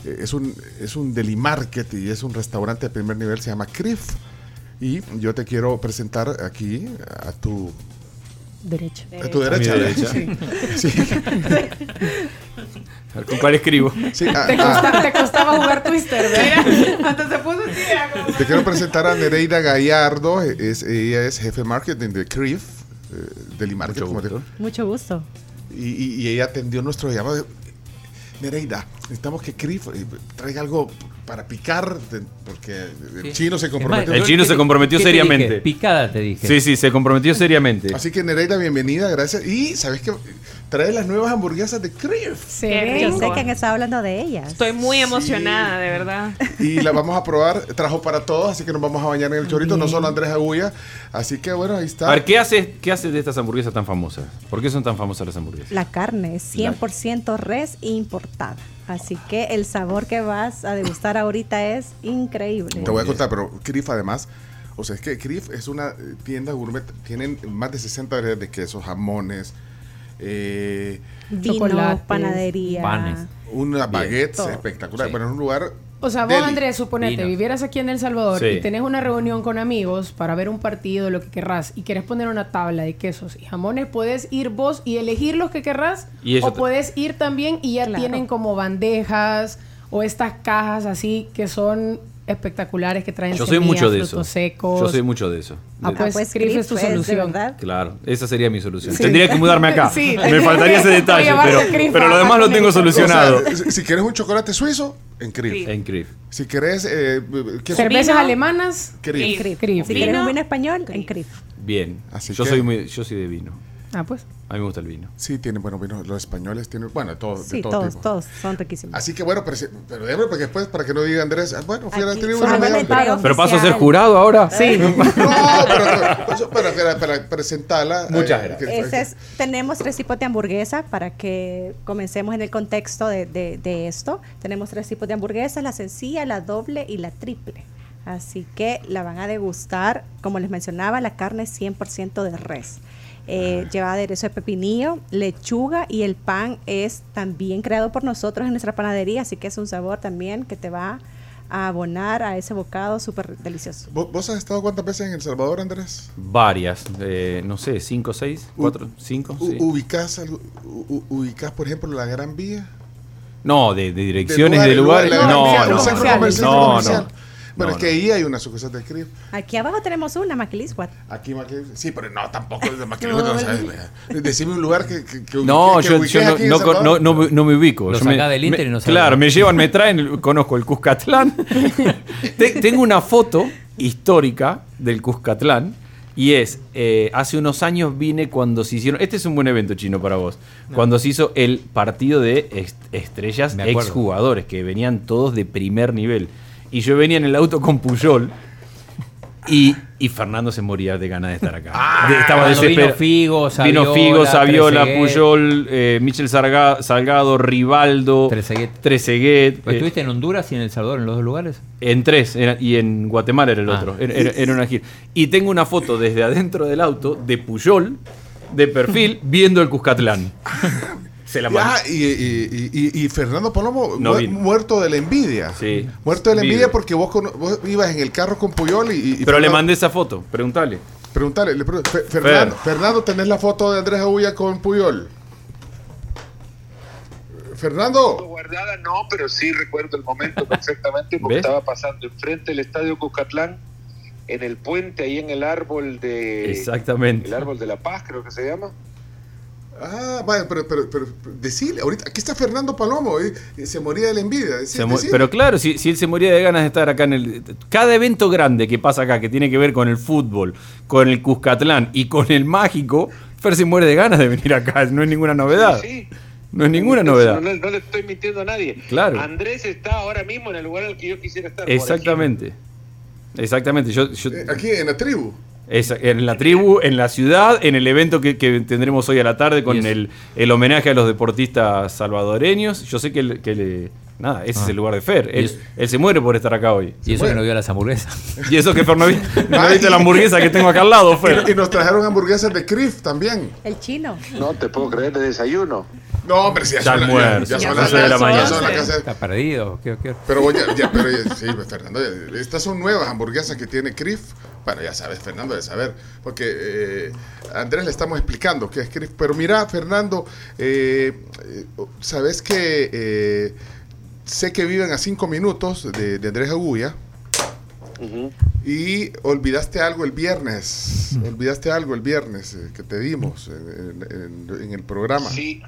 Speaker 3: eh, es un es un deli market y es un restaurante de primer nivel, se llama Crif. Y yo te quiero presentar aquí a tu
Speaker 6: Derecho.
Speaker 3: a tu derecha.
Speaker 4: A mi derecha.
Speaker 3: Sí.
Speaker 4: A ver, ¿Con cuál
Speaker 6: *laughs*
Speaker 4: escribo?
Speaker 3: Sí, a-
Speaker 6: Te,
Speaker 3: a-
Speaker 6: costa- te costaba jugar Twister, ¿verdad? Hasta se puso así. era como-
Speaker 3: Te quiero presentar a Nereida Gallardo, es, ella es jefe de marketing de CRIF, eh, Deli Market, como te-
Speaker 7: Mucho gusto.
Speaker 3: y, y- y ella atendió nuestro llamado. de, Nereida, necesitamos que CRIF eh, traiga algo para picar, de- porque el chino se comprometió.
Speaker 4: El chino se comprometió
Speaker 8: ¿Qué te
Speaker 4: seriamente.
Speaker 8: dije? Picada te dije.
Speaker 4: Sí, sí, se comprometió
Speaker 9: eh,
Speaker 4: seriamente.
Speaker 3: Así que Nereida, bienvenida, gracias. Y sabes que trae las nuevas hamburguesas de CRIF.
Speaker 7: Yo sé que han estado hablando de ellas.
Speaker 9: Estoy muy emocionada, de verdad.
Speaker 3: y la vamos a probar. Trajo para todos, así que nos vamos a bañar en el chorrito. No solo Andrés Agulla. Así que bueno, ahí
Speaker 4: A
Speaker 3: está.
Speaker 4: ver, ¿qué haces qué hace de estas hamburguesas tan famosas? ¿Por qué son tan famosas las hamburguesas?
Speaker 7: La carne es 100% res importada. Así que el sabor que vas a degustar ahorita es increíble.
Speaker 3: Te voy a contar, pero Crif además. O sea, es que Crif es una eh, tienda gourmet. Tienen más de 60 variedades de quesos, jamones, eh,
Speaker 7: Vino,
Speaker 6: Chocolates.
Speaker 7: panadería.
Speaker 3: una baguette
Speaker 7: Todo.
Speaker 3: espectacular. Bueno, es un lugar.
Speaker 6: O sea, vos,
Speaker 3: deli.
Speaker 6: Andrés, suponete,
Speaker 3: Vino.
Speaker 6: vivieras aquí en El Salvador
Speaker 3: Sí.
Speaker 6: y tenés una reunión con amigos para ver un partido, lo que querrás, y querés poner una tabla de quesos y jamones, podés ir vos y elegir los que querrás,
Speaker 4: Y eso
Speaker 6: o
Speaker 4: te-
Speaker 6: podés ir también y ya tienen como bandejas o estas cajas así que son espectaculares que traen
Speaker 4: Yo soy mucho de eso.
Speaker 6: frutos secos.
Speaker 4: Yo soy mucho de eso.
Speaker 6: Ah,
Speaker 4: De-
Speaker 6: pues, Crif es tu
Speaker 7: Crif es, de
Speaker 6: solución.
Speaker 7: verdad.
Speaker 4: Claro, esa sería mi solución.
Speaker 6: Sí.
Speaker 4: Tendría que mudarme acá.
Speaker 6: *laughs* Sí,
Speaker 4: Me faltaría ese
Speaker 6: voy a
Speaker 4: detalle,
Speaker 6: llevarte a Crif
Speaker 4: pero, pero lo
Speaker 6: a-
Speaker 4: demás
Speaker 6: a
Speaker 4: lo tengo
Speaker 6: comer.
Speaker 4: solucionado.
Speaker 3: O sea, *laughs* si- si quieres un chocolate suizo, en Crif.
Speaker 4: En Crif.
Speaker 3: Si quieres. eh, queso-
Speaker 6: Cervezas alemanas,
Speaker 3: Crif.
Speaker 6: Crif.
Speaker 7: Si quieres un vino español, en Crif.
Speaker 4: Bien.
Speaker 3: Así
Speaker 4: yo
Speaker 3: que-
Speaker 4: soy muy, yo soy de vino.
Speaker 6: Ah, pues.
Speaker 4: A mí me gusta el vino.
Speaker 3: Sí, tienen buenos vinos. Los españoles tienen. Bueno, todo,
Speaker 7: Sí,
Speaker 3: Oh, de todo
Speaker 7: todos,
Speaker 3: tipo.
Speaker 7: todos son riquísimos.
Speaker 3: Así que bueno, pero, si- pero déjame porque después, para que no diga Andrés, ah, bueno, fui a la
Speaker 7: Aquí
Speaker 3: tribu.
Speaker 7: somos
Speaker 3: no me
Speaker 7: de
Speaker 3: llaman.
Speaker 7: Pero
Speaker 4: Pero paso a ser jurado ahora.
Speaker 7: Sí.
Speaker 4: *laughs*
Speaker 3: No, pero, pero, pero para, para presentarla.
Speaker 4: Muchas
Speaker 3: eh,
Speaker 4: gracias.
Speaker 3: que-
Speaker 7: Ese es- tenemos tres tipos de hamburguesa para que comencemos en el contexto de, de- de esto. Tenemos tres tipos de hamburguesas, la sencilla, la doble y la triple. Así que la van a degustar, como les mencionaba, la carne es 100% de res. Eh, lleva aderezo de pepinillo, lechuga y el pan es también creado por nosotros en nuestra panadería, así que es un sabor también que te va a abonar a ese bocado súper delicioso.
Speaker 3: ¿Vos vos has estado cuántas veces en El Salvador, Andrés?
Speaker 4: Varias. eh, no sé, cinco, seis, cuatro, cinco.
Speaker 3: U-
Speaker 4: Oh, sí.
Speaker 3: ubicás, algo- u- u- ubicás, por ejemplo, la Gran Vía?
Speaker 4: No, de, de direcciones, de lugares.
Speaker 3: la Gran Vía,
Speaker 4: No, no,
Speaker 3: un centro comercial, centro
Speaker 4: no,
Speaker 3: comercial.
Speaker 4: no.
Speaker 3: Bueno,
Speaker 4: No,
Speaker 3: es que ahí hay una sucursal de CRIF.
Speaker 7: Aquí abajo tenemos una, Maquilisguat.
Speaker 3: Aquí, más que- sí, pero no, tampoco es de más que- no sabes, vea. Decime un lugar que, que, que
Speaker 4: No,
Speaker 3: ubique- que
Speaker 4: yo, yo
Speaker 3: ubiques
Speaker 4: no,
Speaker 3: aquí en
Speaker 4: no
Speaker 3: El
Speaker 4: con-
Speaker 3: Salvador.
Speaker 4: no- no me- no me ubico.
Speaker 8: Lo
Speaker 4: Yo me-
Speaker 8: sacás del Inter
Speaker 4: me-
Speaker 8: y no sabes.
Speaker 4: Claro, me llevan, me traen, el- conozco
Speaker 8: *laughs*
Speaker 4: el Cuscatlán. Te- tengo una foto histórica del Cuscatlán y es, eh, hace unos años vine cuando se hicieron, este es un buen evento chino para vos, cuando se hizo el partido de est- estrellas
Speaker 8: Me acuerdo.
Speaker 4: exjugadores, que venían todos de primer nivel. Y yo venía en el auto con Puyol. Y, y Fernando se moría de ganas de estar acá.
Speaker 3: Ah,
Speaker 4: De- estaba
Speaker 8: Ah, cuando vino
Speaker 4: desesperado.
Speaker 8: Figo,
Speaker 4: Vino Figo,
Speaker 8: Saviola,
Speaker 4: Saviola,
Speaker 8: Trezeguet.
Speaker 4: Puyol, eh, Michel Sarga- Salgado, Rivaldo, Treseguet.
Speaker 3: Eh.
Speaker 8: ¿Pero Pues ¿Estuviste en Honduras y en El Salvador, en los dos lugares?
Speaker 4: eh, en tres, era- y en Guatemala era el
Speaker 8: Ah.
Speaker 4: otro. Era, era- era una gira. Y tengo una foto desde adentro del auto de Puyol,
Speaker 8: *laughs*
Speaker 4: de perfil, viendo el Cuscatlán. Se la mandé.
Speaker 3: Ah, y, y- y- y- y Fernando Palomo
Speaker 4: No
Speaker 3: mu-
Speaker 4: vino.
Speaker 3: muerto de la envidia.
Speaker 4: Sí.
Speaker 3: Muerto de la
Speaker 4: Vive.
Speaker 3: envidia porque vos, cono- vos ibas en el carro con Puyol y... y- y
Speaker 4: Pero le
Speaker 3: Fernando-
Speaker 4: mandé esa foto, preguntale.
Speaker 3: Preguntale, le pregunto, Fe- Fernando, Fernando, ¿tenés la foto de Andrés Agulla con Puyol? Fernando,
Speaker 15: no, pero sí recuerdo el momento perfectamente porque
Speaker 3: ¿Ves?
Speaker 15: estaba pasando enfrente del estadio Cuscatlán, en el puente, ahí en el árbol de.
Speaker 4: Exactamente.
Speaker 15: Eh, El árbol de la paz, creo que se llama.
Speaker 3: ah, vaya, pero, pero, pero, pero decile, ahorita, aquí está Fernando Palomo, eh, eh, se moría de la envidia. decí-
Speaker 4: Se mu-
Speaker 3: decile.
Speaker 4: pero claro, si, si él se moría de ganas de estar acá en el. Cada evento grande que pasa acá, que tiene que ver con el fútbol, con el Cuscatlán y con el mágico, Fer se muere de ganas de venir acá. No es ninguna novedad. No es ninguna
Speaker 15: No,
Speaker 4: novedad.
Speaker 15: no- no le estoy mintiendo a nadie.
Speaker 4: Claro.
Speaker 15: Andrés está ahora mismo en el lugar al que yo quisiera estar. por
Speaker 4: Exactamente. Exactamente. Yo, yo-
Speaker 3: Eh, Aquí en la tribu.
Speaker 4: Esa- en la tribu, en la ciudad, en el evento que, que tendremos hoy a la tarde con el, el homenaje a los deportistas salvadoreños. Yo sé que, el- que le- nada, ese
Speaker 8: Ah.
Speaker 4: es el lugar de Fer.
Speaker 8: Y
Speaker 4: Él,
Speaker 8: es-
Speaker 4: él se muere por estar acá hoy.
Speaker 8: Y eso que no vio
Speaker 4: las hamburguesas. *laughs* Y eso que Fer no vi- no viste la hamburguesa que tengo acá al lado, Fer.
Speaker 3: *laughs* Y, y nos trajeron hamburguesas de Crif también.
Speaker 7: El chino.
Speaker 15: No te puedo creer de desayuno.
Speaker 3: No, hombre, si ya,
Speaker 4: Ya
Speaker 3: son-
Speaker 4: almuerzo,
Speaker 3: ya son
Speaker 4: ya
Speaker 3: las
Speaker 4: son las
Speaker 3: ya son
Speaker 4: once.
Speaker 3: las casa-
Speaker 8: Está perdido. ¿Qué, qué?
Speaker 3: Pero voy a- ya, pero ya- sí, pues, Fernando, ya- estas son nuevas hamburguesas que tiene Crif. Bueno, ya sabes, Fernando, de saber, porque eh, a Andrés le estamos explicando qué es Crif. Pero mira, Fernando, eh, eh, sabes que eh, sé que viven a cinco minutos de, de Andrés Agulla y olvidaste algo el viernes. Olvidaste algo el viernes eh, que te dimos en, en- en- en el programa.
Speaker 15: Sí,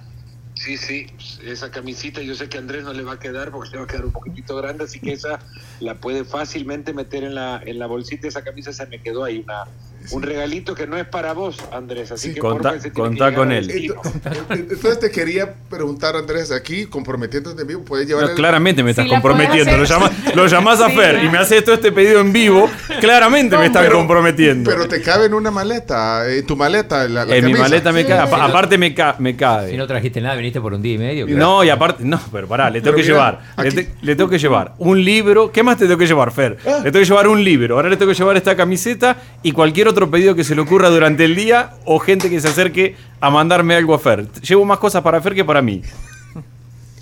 Speaker 15: sí, sí. Esa camisita yo sé que a Andrés no le va a quedar porque se va a quedar un poquitito grande, así que esa la puede fácilmente meter en la, en la bolsita. Esa camisa se me quedó ahí. Una, Un regalito que no es para vos, Andrés. Así que
Speaker 4: Contá-
Speaker 15: porfa, ese tiene
Speaker 4: contá
Speaker 15: que
Speaker 4: con
Speaker 15: llegar al
Speaker 4: él.
Speaker 15: destino.
Speaker 3: *laughs* Entonces te quería preguntar, Andrés, aquí, comprometiéndote en vivo, puedes llevar.
Speaker 4: No,
Speaker 3: el-
Speaker 4: claramente me estás
Speaker 3: la podés
Speaker 4: comprometiendo. Lo
Speaker 3: hacer.
Speaker 4: llamas, lo llamás a
Speaker 3: Sí, ¿eh?
Speaker 4: Fer y me haces todo este pedido en vivo. Claramente me estás
Speaker 3: pero-
Speaker 4: comprometiendo.
Speaker 3: Pero te cabe en una maleta, en tu maleta. La, la
Speaker 4: en mi
Speaker 3: camisa.
Speaker 4: maleta me
Speaker 3: Sí.
Speaker 4: cabe. Apa- Aparte me, ca- me cabe. Si
Speaker 8: no trajiste nada, viniste por un día y medio.
Speaker 4: No, y aparte, no, pero pará, le tengo
Speaker 8: Pero
Speaker 4: que
Speaker 8: mira,
Speaker 4: llevar. Le, te- le tengo que llevar un libro. ¿Qué más te tengo que llevar, Fer?
Speaker 3: Ah.
Speaker 4: Le tengo que llevar un libro. Ahora le tengo que llevar esta camiseta y cualquier otro pedido que se le ocurra durante el día o gente que se acerque a mandarme algo a Fer. Llevo más cosas para Fer que para mí.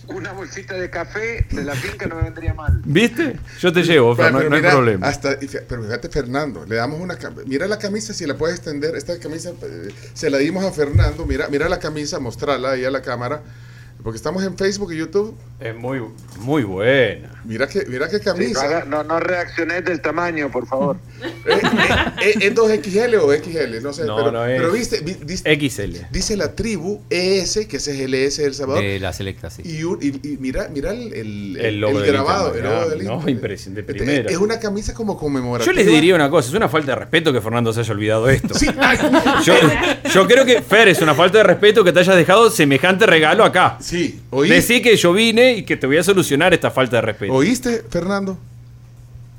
Speaker 15: Una bolsita de café de la finca no me vendría mal.
Speaker 4: ¿Viste? Yo te llevo, Fer,
Speaker 3: Bueno,
Speaker 4: no,
Speaker 3: pero
Speaker 4: no hay
Speaker 3: mira,
Speaker 4: problema.
Speaker 3: hasta- y fe- pero fíjate, Fernando, le damos una cam- Mira la camisa, si la puedes extender. Esta camisa eh, se la dimos a Fernando. Mira, mira la camisa, mostrala ahí a la cámara. Porque estamos en Facebook y YouTube.
Speaker 4: Es muy, muy buena.
Speaker 3: Mira que, mira qué
Speaker 15: Sí, no,
Speaker 3: camisa.
Speaker 15: haga- no, no reacciones del tamaño,
Speaker 3: *laughs*
Speaker 15: por favor.
Speaker 3: ¿Es, eh, es 2XL o XL? No sé.
Speaker 4: No,
Speaker 3: pero,
Speaker 4: no es.
Speaker 3: pero viste, vi- dis-
Speaker 4: XL.
Speaker 3: dice la tribu ES, que ese es el ES del Salvador.
Speaker 8: De la selecta, sí.
Speaker 3: Y, un- y- y mira, mira el, el-
Speaker 4: El logo
Speaker 3: el
Speaker 4: del
Speaker 3: grabado,
Speaker 4: Inter,
Speaker 3: el logo del
Speaker 4: no,
Speaker 3: Inter.
Speaker 4: impresionante, de
Speaker 3: Este,
Speaker 4: primera.
Speaker 3: Es una camisa como conmemorativa.
Speaker 4: Yo les diría una cosa, es una falta de respeto que Fernando se haya olvidado esto. *laughs* Yo, yo creo que, Fer, es una falta de respeto que te hayas dejado semejante regalo acá.
Speaker 3: Sí, oí.
Speaker 4: Decí que yo vine y que te voy a solucionar esta falta de respeto.
Speaker 3: ¿Oíste, Fernando?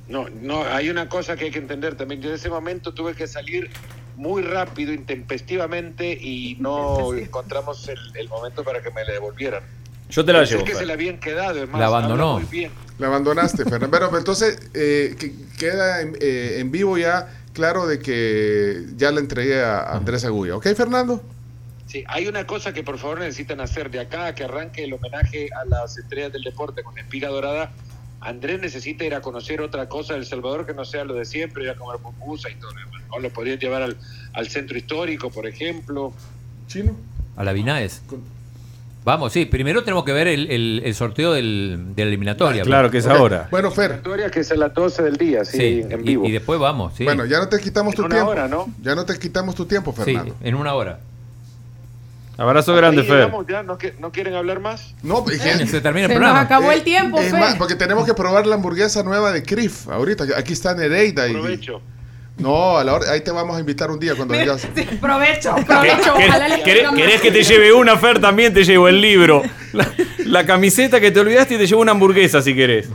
Speaker 15: No, no, hay una cosa que hay que entender también. Yo en ese momento tuve que salir muy rápido, intempestivamente, y no encontramos el, el momento para que me la devolvieran.
Speaker 4: Yo te la
Speaker 15: Pensé
Speaker 4: llevo.
Speaker 15: que se
Speaker 4: Fer.
Speaker 15: la habían quedado, es más,
Speaker 4: La abandonó.
Speaker 15: habla muy bien.
Speaker 3: La abandonaste, Fernando. Bueno, pero entonces eh, que- queda en, eh, en vivo ya claro de que ya la entregué a Andrés Agulla. ¿Ok, Fernando?
Speaker 15: Sí, hay una cosa que por favor necesitan hacer de acá a que arranque el homenaje a las estrellas del deporte con Espiga Dorada. Andrés necesita ir a conocer otra cosa de El Salvador que no sea lo de siempre, ir a comer pupusa y todo. lo demás, ¿no? Lo podrían llevar al, al centro histórico, por ejemplo.
Speaker 3: Chino.
Speaker 8: A la Binaes. Vamos, sí. Primero tenemos que ver el, el- el sorteo del, de la eliminatoria.
Speaker 4: Claro que es
Speaker 8: Ok.
Speaker 4: ahora.
Speaker 3: Bueno, Fer.
Speaker 15: que es a las 12 del día, sí,
Speaker 8: Sí,
Speaker 15: en
Speaker 8: y-
Speaker 15: vivo.
Speaker 8: Y, después vamos, sí.
Speaker 3: Bueno, ya no te quitamos
Speaker 15: En
Speaker 3: tu
Speaker 15: una
Speaker 3: tiempo.
Speaker 15: hora, ¿no?
Speaker 3: Ya no te quitamos tu tiempo,
Speaker 8: sí,
Speaker 3: Fernando.
Speaker 8: en una hora.
Speaker 4: Abrazo
Speaker 15: Ahí
Speaker 4: grande, Fer.
Speaker 15: llegamos ya, ¿no, que- no quieren hablar más?
Speaker 3: No, y que- eh,
Speaker 8: Se termina
Speaker 6: el Se nos programa. acabó el tiempo,
Speaker 3: es
Speaker 6: Fer.
Speaker 3: más, porque tenemos que probar la hamburguesa nueva de Crif ahorita. Aquí está Nereida. Y,
Speaker 15: Provecho.
Speaker 3: No, a la hora, ahí te vamos a invitar un día cuando vengas.
Speaker 6: Provecho,
Speaker 4: ¿Querés-
Speaker 6: provecho. Ojalá les
Speaker 4: ¿Querés,
Speaker 6: pongan
Speaker 4: querés
Speaker 6: más.
Speaker 4: que te lleve una, Fer? También te llevo el libro. La, la camiseta que te olvidaste y te llevo una hamburguesa si querés.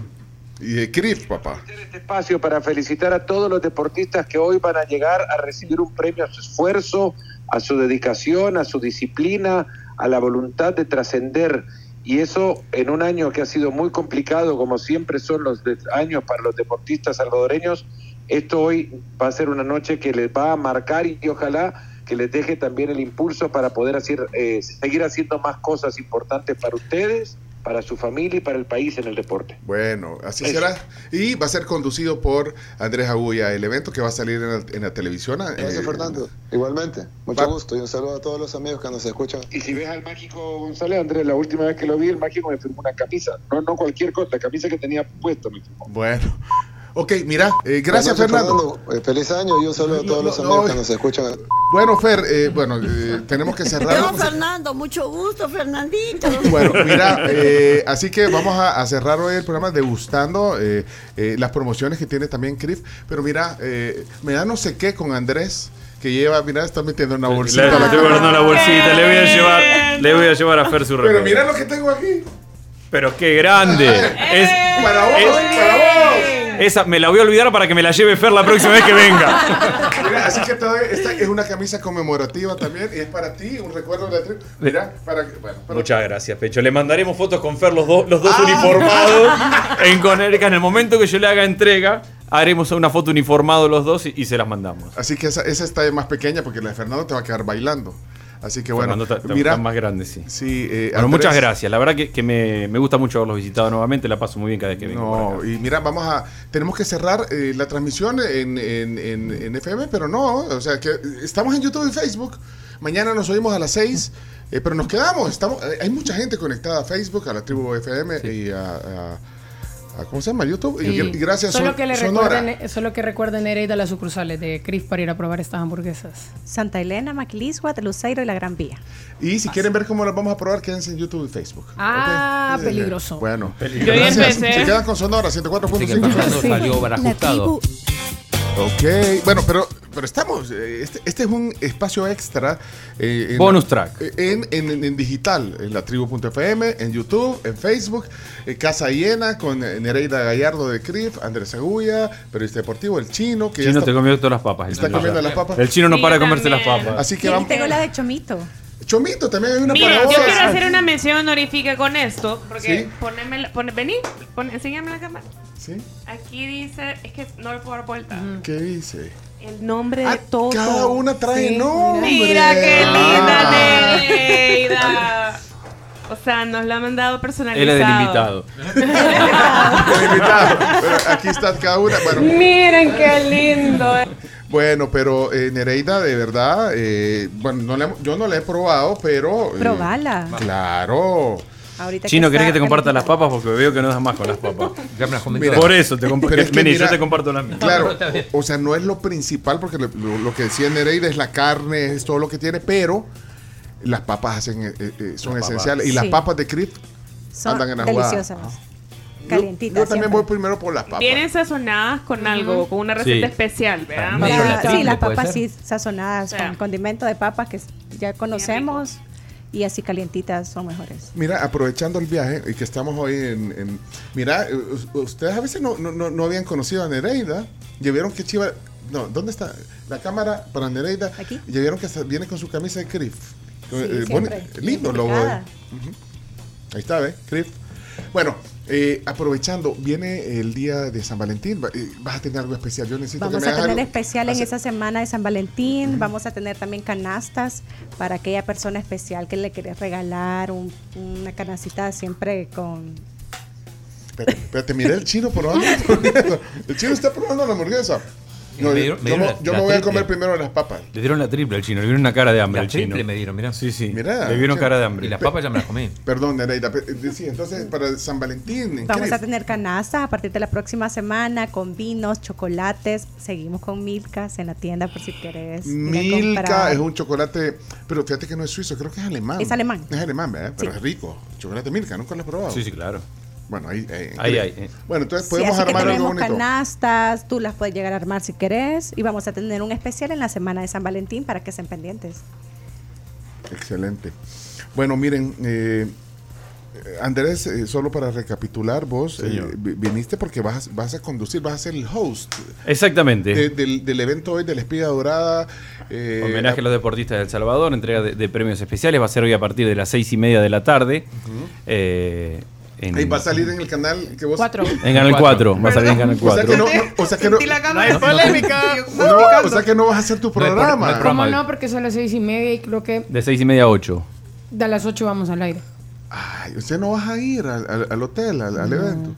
Speaker 3: Y de Crif, papá.
Speaker 15: este espacio para felicitar a todos los deportistas que hoy van a llegar a recibir un premio a su esfuerzo, a su dedicación, a su disciplina, a la voluntad de trascender. Y eso en un año que ha sido muy complicado, como siempre son los de- años para los deportistas salvadoreños, esto hoy va a ser una noche que les va a marcar y ojalá que les deje también el impulso para poder hacer, eh, seguir haciendo más cosas importantes para ustedes, para su familia y para el país en el deporte.
Speaker 3: Bueno, así
Speaker 15: Eso.
Speaker 3: será. Y va a ser conducido por Andrés Agulla, el evento que va a salir en la, en la televisión. eh,
Speaker 16: Gracias, Fernando. Igualmente. Mucho gusto y un saludo a todos los amigos que nos escuchan.
Speaker 15: Y si ves al mágico González, Andrés, la última vez que lo vi, el mágico me firmó una camisa. No, no cualquier cosa, la camisa que tenía puesto me firmó.
Speaker 3: Bueno. Ok, mira, eh, gracias
Speaker 16: Buenas noches,
Speaker 3: Fernando.
Speaker 16: Eh, Feliz año y un saludo a todos los
Speaker 3: no,
Speaker 16: amigos
Speaker 3: no.
Speaker 16: que nos escuchan.
Speaker 3: Bueno, Fer, eh, bueno, eh, tenemos que cerrar.
Speaker 2: Yo, Fernando, mucho gusto, Fernandito.
Speaker 3: Bueno, mira, eh, así que vamos a, a cerrar hoy el programa degustando eh, eh, las promociones que tiene también Crif. Pero mira, eh, me da no sé qué con Andrés, que lleva, mira, está metiendo una bolsita.
Speaker 4: Le,
Speaker 3: a la
Speaker 4: le estoy
Speaker 3: cámara.
Speaker 4: guardando la bolsita. Le voy a llevar, le voy a, llevar a Fer su regalo.
Speaker 3: Pero mira lo que tengo aquí. *laughs*
Speaker 4: Pero qué grande. Es,
Speaker 3: Para vos,
Speaker 4: es-
Speaker 3: para vos.
Speaker 4: Esa me la voy a olvidar para que me la lleve Fer la próxima vez que venga.
Speaker 3: Mira, así que todo esta es una camisa conmemorativa también y es para ti, un recuerdo de la tribu. Mira, para que. Bueno, para-
Speaker 4: *laughs* Muchas gracias, Pecho. Le mandaremos fotos con Fer, los, dos- los dos uniformados Ah. *laughs* en Conérica. En el momento que yo le haga entrega, haremos una foto uniformado los dos y, y se las mandamos.
Speaker 3: Así que esa, esa está más pequeña porque la de Fernando te va a quedar bailando. Así que bueno,
Speaker 4: Fernando está- está-
Speaker 3: mira,
Speaker 4: está más grande, sí.
Speaker 3: sí, eh,
Speaker 4: Bueno,
Speaker 3: Andrés-
Speaker 4: muchas gracias. La verdad que, que me, me gusta mucho haberlos visitado nuevamente. La paso muy bien cada vez que vengo. por
Speaker 3: No,
Speaker 4: acá.
Speaker 3: y mira, vamos a. Tenemos que cerrar eh, la transmisión en, en- en- en FM, pero no. O sea, que eh, estamos en YouTube y Facebook. Mañana nos oímos a las 6. eh, pero nos quedamos. Estamos, eh, hay mucha gente conectada a Facebook, a la tribu FM y a. a- a- ¿Cómo se llama? YouTube. Y,
Speaker 6: Sí.
Speaker 3: y gracias,
Speaker 6: Solo
Speaker 3: Son-
Speaker 6: que le
Speaker 3: Sonora.
Speaker 6: recuerden, eh, solo que recuerden Ereida las sucursales de Cris para ir a probar estas hamburguesas.
Speaker 7: Santa Elena, Maquilis, Guadaluceiro y la Gran Vía.
Speaker 3: Y si quieren ver cómo las vamos a probar, quédense en YouTube y Facebook.
Speaker 7: Ah,
Speaker 3: ¿ok?
Speaker 7: peligroso.
Speaker 3: Bueno,
Speaker 7: Yo
Speaker 3: gracias.
Speaker 7: ya
Speaker 3: Se
Speaker 7: empecé.
Speaker 3: quedan con Sonora,
Speaker 8: Sí, que Fernando
Speaker 3: 104.5.
Speaker 8: salió barajustado.
Speaker 3: Ok, bueno, pero, pero estamos. eh, Este, este es un espacio extra. eh, en-
Speaker 4: Bonus track.
Speaker 3: eh, En, en- en digital, en la tribu.fm, en YouTube, en Facebook, eh, Casa Hiena con eh, Nereida Gallardo de CRIF, Andrés Agulla, periodista deportivo, el chino, que
Speaker 4: El chino
Speaker 3: ya
Speaker 4: te
Speaker 3: está,
Speaker 4: comió todas las papas. el
Speaker 3: está
Speaker 4: chino.
Speaker 3: comiendo las papas.
Speaker 4: El chino no para de comerse las papas.
Speaker 3: Así que
Speaker 7: Y
Speaker 3: vamos.
Speaker 7: tengo la de Chomito.
Speaker 3: Chomito también hay una
Speaker 9: Mira,
Speaker 3: para vos.
Speaker 9: yo quiero hacer una mención honorífica con esto, porque
Speaker 3: Sí.
Speaker 9: poneme la- pone- vení, pon- enséñame la cámara.
Speaker 3: Sí.
Speaker 9: Aquí dice, es que no le puedo dar vuelta.
Speaker 3: ¿Qué dice?
Speaker 9: Mm.
Speaker 3: Ah,
Speaker 9: El nombre de todo.
Speaker 3: Cada una trae
Speaker 9: Sí.
Speaker 3: nombre.
Speaker 9: Mira qué linda
Speaker 3: Ah.
Speaker 9: Nereida. O sea, nos la ha mandado
Speaker 4: Él
Speaker 9: personalizado.
Speaker 4: es del invitado.
Speaker 3: Limitado. Pero aquí está cada una. Bueno,
Speaker 9: Miren qué lindo. eh.
Speaker 3: Bueno, pero eh, Nereida, de verdad, eh, bueno, no la hemos- yo no la he probado, pero. eh,
Speaker 7: Probala.
Speaker 3: Claro.
Speaker 7: Ahorita
Speaker 4: Chino, ¿querés que
Speaker 7: está
Speaker 4: te comparta las papas? Porque veo que no das más con las papas.
Speaker 3: Mira,
Speaker 4: Por eso te comparto.
Speaker 3: pero es que
Speaker 4: Vení,
Speaker 3: mira,
Speaker 4: yo te comparto la mía.
Speaker 3: Claro, o, o sea, no es lo principal, porque lo, lo- lo que decía Nereida es la carne, es todo lo que tiene, pero las papas hacen, eh, eh, son
Speaker 4: Las papas.
Speaker 3: esenciales. Y las
Speaker 7: Sí.
Speaker 3: papas de Crit
Speaker 7: Son
Speaker 3: andan en la jugada.
Speaker 7: deliciosas.
Speaker 3: Yo-
Speaker 7: Calientitas.
Speaker 3: Yo, también
Speaker 7: siempre.
Speaker 3: voy primero por las papas.
Speaker 9: Vienen sazonadas con algo, con una receta
Speaker 3: Sí.
Speaker 9: especial, ¿verdad?
Speaker 3: También.
Speaker 9: Más
Speaker 3: Pero la
Speaker 7: Ah, sí,
Speaker 3: triple
Speaker 7: las
Speaker 3: puede
Speaker 7: papas sí
Speaker 3: ser.
Speaker 7: sazonadas con condimento de papas que ya conocemos y así calientitas son mejores.
Speaker 3: Mira, aprovechando el viaje y que estamos hoy en... en- mira, eh, u- ustedes a veces no, no- no- no habían conocido a Nereida. Ya vieron que Chiva... No, ¿dónde está? La cámara para Nereida. Aquí. Ya vieron que hasta viene con su camisa de Crif. Eh,
Speaker 7: siempre.
Speaker 3: boni- lindo logo. eh.
Speaker 7: Identificada.
Speaker 3: Ujú. Ahí está, ¿ves? Crif. Bueno, eh, aprovechando, viene el día de San Valentín. Va- eh, Vas a tener algo especial. Yo necesito
Speaker 7: Vamos
Speaker 3: que me
Speaker 7: a
Speaker 3: hagas
Speaker 7: tener
Speaker 3: algo.
Speaker 7: especial en
Speaker 3: Hace-
Speaker 7: esa semana de San Valentín. Vamos a tener también canastas para aquella persona especial que le querés regalar un- una canastita siempre con.
Speaker 3: Espérate, espérate, miré el chino probando la hamburguesa. *laughs* El chino está probando la hamburguesa. No,
Speaker 8: Me
Speaker 3: yo,
Speaker 8: dieron- me
Speaker 3: yo
Speaker 8: dieron
Speaker 3: me-
Speaker 8: la-
Speaker 3: yo
Speaker 8: la
Speaker 3: me voy a
Speaker 8: triple.
Speaker 3: comer primero las papas.
Speaker 4: Le dieron la triple al chino, le dieron una cara de hambre
Speaker 8: La
Speaker 4: al chino.
Speaker 8: triple me dieron, mirá.
Speaker 4: Sí, sí.
Speaker 3: Mirá.
Speaker 4: le dieron cara de hambre.
Speaker 8: Y las papas ya me las comí.
Speaker 3: Perdón, Nereida. pe- eh, Sí, entonces para San Valentín. ¿en
Speaker 7: Vamos
Speaker 3: qué?
Speaker 7: a tener canastas a partir de la próxima semana con vinos, chocolates. Seguimos con Milkas en la tienda por si querés. ir a
Speaker 3: Milka
Speaker 7: comprar.
Speaker 3: es un chocolate, pero fíjate que no es suizo, creo que es alemán.
Speaker 7: Es alemán.
Speaker 3: Es alemán, ¿verdad? Pero
Speaker 7: Sí.
Speaker 3: es rico. Chocolate Milka, nunca lo has probado.
Speaker 4: Sí, sí, claro.
Speaker 3: Bueno, ahí.
Speaker 4: Ahí,
Speaker 3: creo.
Speaker 4: ahí, eh.
Speaker 3: Bueno, entonces
Speaker 7: Sí,
Speaker 3: podemos
Speaker 7: así que
Speaker 3: armar algo
Speaker 7: tenemos
Speaker 3: bonito.
Speaker 7: canastas, tú las puedes llegar a armar si querés y vamos a tener un especial en la semana de San Valentín para que estén pendientes.
Speaker 3: Excelente. Bueno, miren, eh, Andrés, eh, solo para recapitular, vos eh,
Speaker 4: Señor.
Speaker 3: vi- viniste porque vas, vas a conducir, vas a ser el host
Speaker 4: Exactamente.
Speaker 3: de- del, del evento hoy de la Espiga Dorada. eh,
Speaker 4: Homenaje a los deportistas de El Salvador, entrega de, de premios especiales. Va a ser hoy a partir de las seis y media de la tarde. Eh, en,
Speaker 3: Ahí va a salir en el canal que vos.
Speaker 6: Cuatro.
Speaker 4: en Canal 4. Va a salir en Canal
Speaker 3: O sea
Speaker 4: 4.
Speaker 3: que no, no- o sea que no,
Speaker 6: cámara. No hay polémica.
Speaker 3: No, o sea que no vas a hacer tu
Speaker 4: No hay por- no hay
Speaker 3: programa.
Speaker 6: ¿Cómo
Speaker 4: programa.
Speaker 6: no? Porque son las seis y media y creo que
Speaker 4: De seis y media a 8.
Speaker 6: de las ocho vamos al aire.
Speaker 3: Ay, usted no vas a ir al, al- al hotel, al, al evento.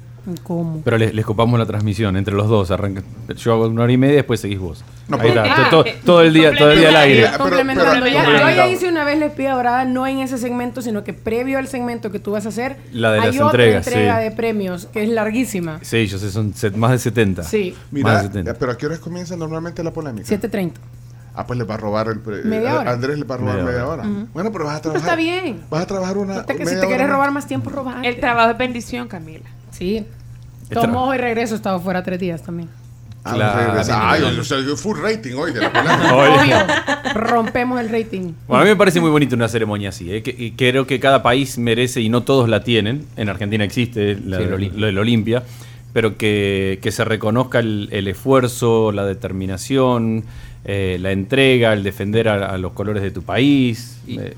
Speaker 6: ¿Cómo?
Speaker 4: Pero les, les copamos la transmisión entre los dos. Arranca, yo hago una hora y media, después seguís vos.
Speaker 3: No,
Speaker 4: Ahí
Speaker 3: pero-
Speaker 4: está, to- to- todo el día, todo el día al aire.
Speaker 6: Complementando ya.
Speaker 4: Complementado.
Speaker 6: Yo ya hice una vez la espía dorada, no en ese segmento, sino que previo al segmento que tú vas a hacer,
Speaker 4: La de
Speaker 6: hay
Speaker 4: las
Speaker 6: otra
Speaker 4: entregas,
Speaker 6: entrega
Speaker 4: sí.
Speaker 6: de premios, que es larguísima.
Speaker 4: Sí, yo sé, son set- más de 70.
Speaker 6: Sí.
Speaker 4: más
Speaker 3: Mira,
Speaker 4: de 70.
Speaker 3: pero ¿a qué horas comienza normalmente la polémica?
Speaker 6: 7.30.
Speaker 3: Ah, pues les va a robar el. pre-
Speaker 6: Media
Speaker 3: eh,
Speaker 6: hora.
Speaker 3: Andrés les va a robar media,
Speaker 4: Media
Speaker 3: hora.
Speaker 4: hora.
Speaker 3: Bueno, pero vas a
Speaker 6: Pero
Speaker 3: trabajar.
Speaker 6: está bien.
Speaker 3: Vas a trabajar Ah, una.
Speaker 6: Hasta que si
Speaker 3: media
Speaker 6: te quieres
Speaker 3: hora.
Speaker 6: robar más tiempo, robar.
Speaker 9: El trabajo es bendición, Camila.
Speaker 6: Sí.
Speaker 3: Extra.
Speaker 6: Tomó y regreso, estaba fuera tres días también.
Speaker 3: Ah,
Speaker 4: Claro.
Speaker 3: regresa. Ay, o sea, full rating hoy de la polémica.
Speaker 4: *laughs* Oye.
Speaker 6: Rompemos el rating.
Speaker 4: Bueno, a mí me parece muy bonito una ceremonia así. eh, que- y creo que cada país merece y no todos la tienen. En Argentina existe la-
Speaker 8: Sí, el
Speaker 4: lo
Speaker 8: Olimpia.
Speaker 4: del Olimpia. pero que, que se reconozca el, el esfuerzo, la determinación, eh, la entrega, el defender a, a los colores de tu país.
Speaker 8: Y-
Speaker 4: Eh,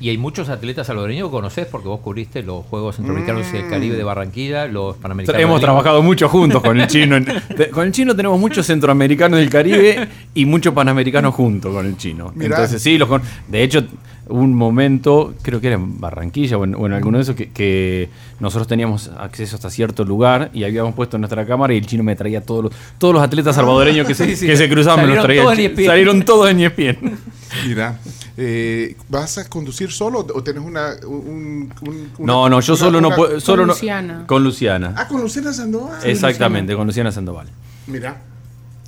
Speaker 8: Y hay muchos atletas salvadoreños que conoces porque vos cubriste los Juegos Centroamericanos y del Caribe de Barranquilla, los Panamericanos.
Speaker 4: Hemos
Speaker 8: de Lima.
Speaker 4: trabajado mucho juntos con el chino. En- te- Con el chino tenemos muchos centroamericanos del Caribe y muchos panamericanos juntos con el chino.
Speaker 3: Mirá.
Speaker 4: Entonces, sí, los con- de hecho, hubo un momento, creo que era en Barranquilla o en, o en alguno de esos, que, que nosotros teníamos acceso hasta cierto lugar y habíamos puesto nuestra cámara y el chino me traía todos los, todos los atletas salvadoreños que, se-
Speaker 8: Sí, sí.
Speaker 4: que se cruzaban, me los
Speaker 8: Salieron
Speaker 4: traía. el
Speaker 8: todos en
Speaker 4: chino.
Speaker 8: ESPN.
Speaker 4: Salieron todos en ESPN.
Speaker 3: Mira, eh, ¿vas a conducir solo o tenés una... un- un- una-
Speaker 4: No, no, yo
Speaker 3: una-
Speaker 4: solo no
Speaker 3: una-
Speaker 4: puedo. solo no- con Luciana.
Speaker 3: Ah, con Luciana Sandoval.
Speaker 4: Exactamente, con Luciana Sandoval.
Speaker 3: Mira,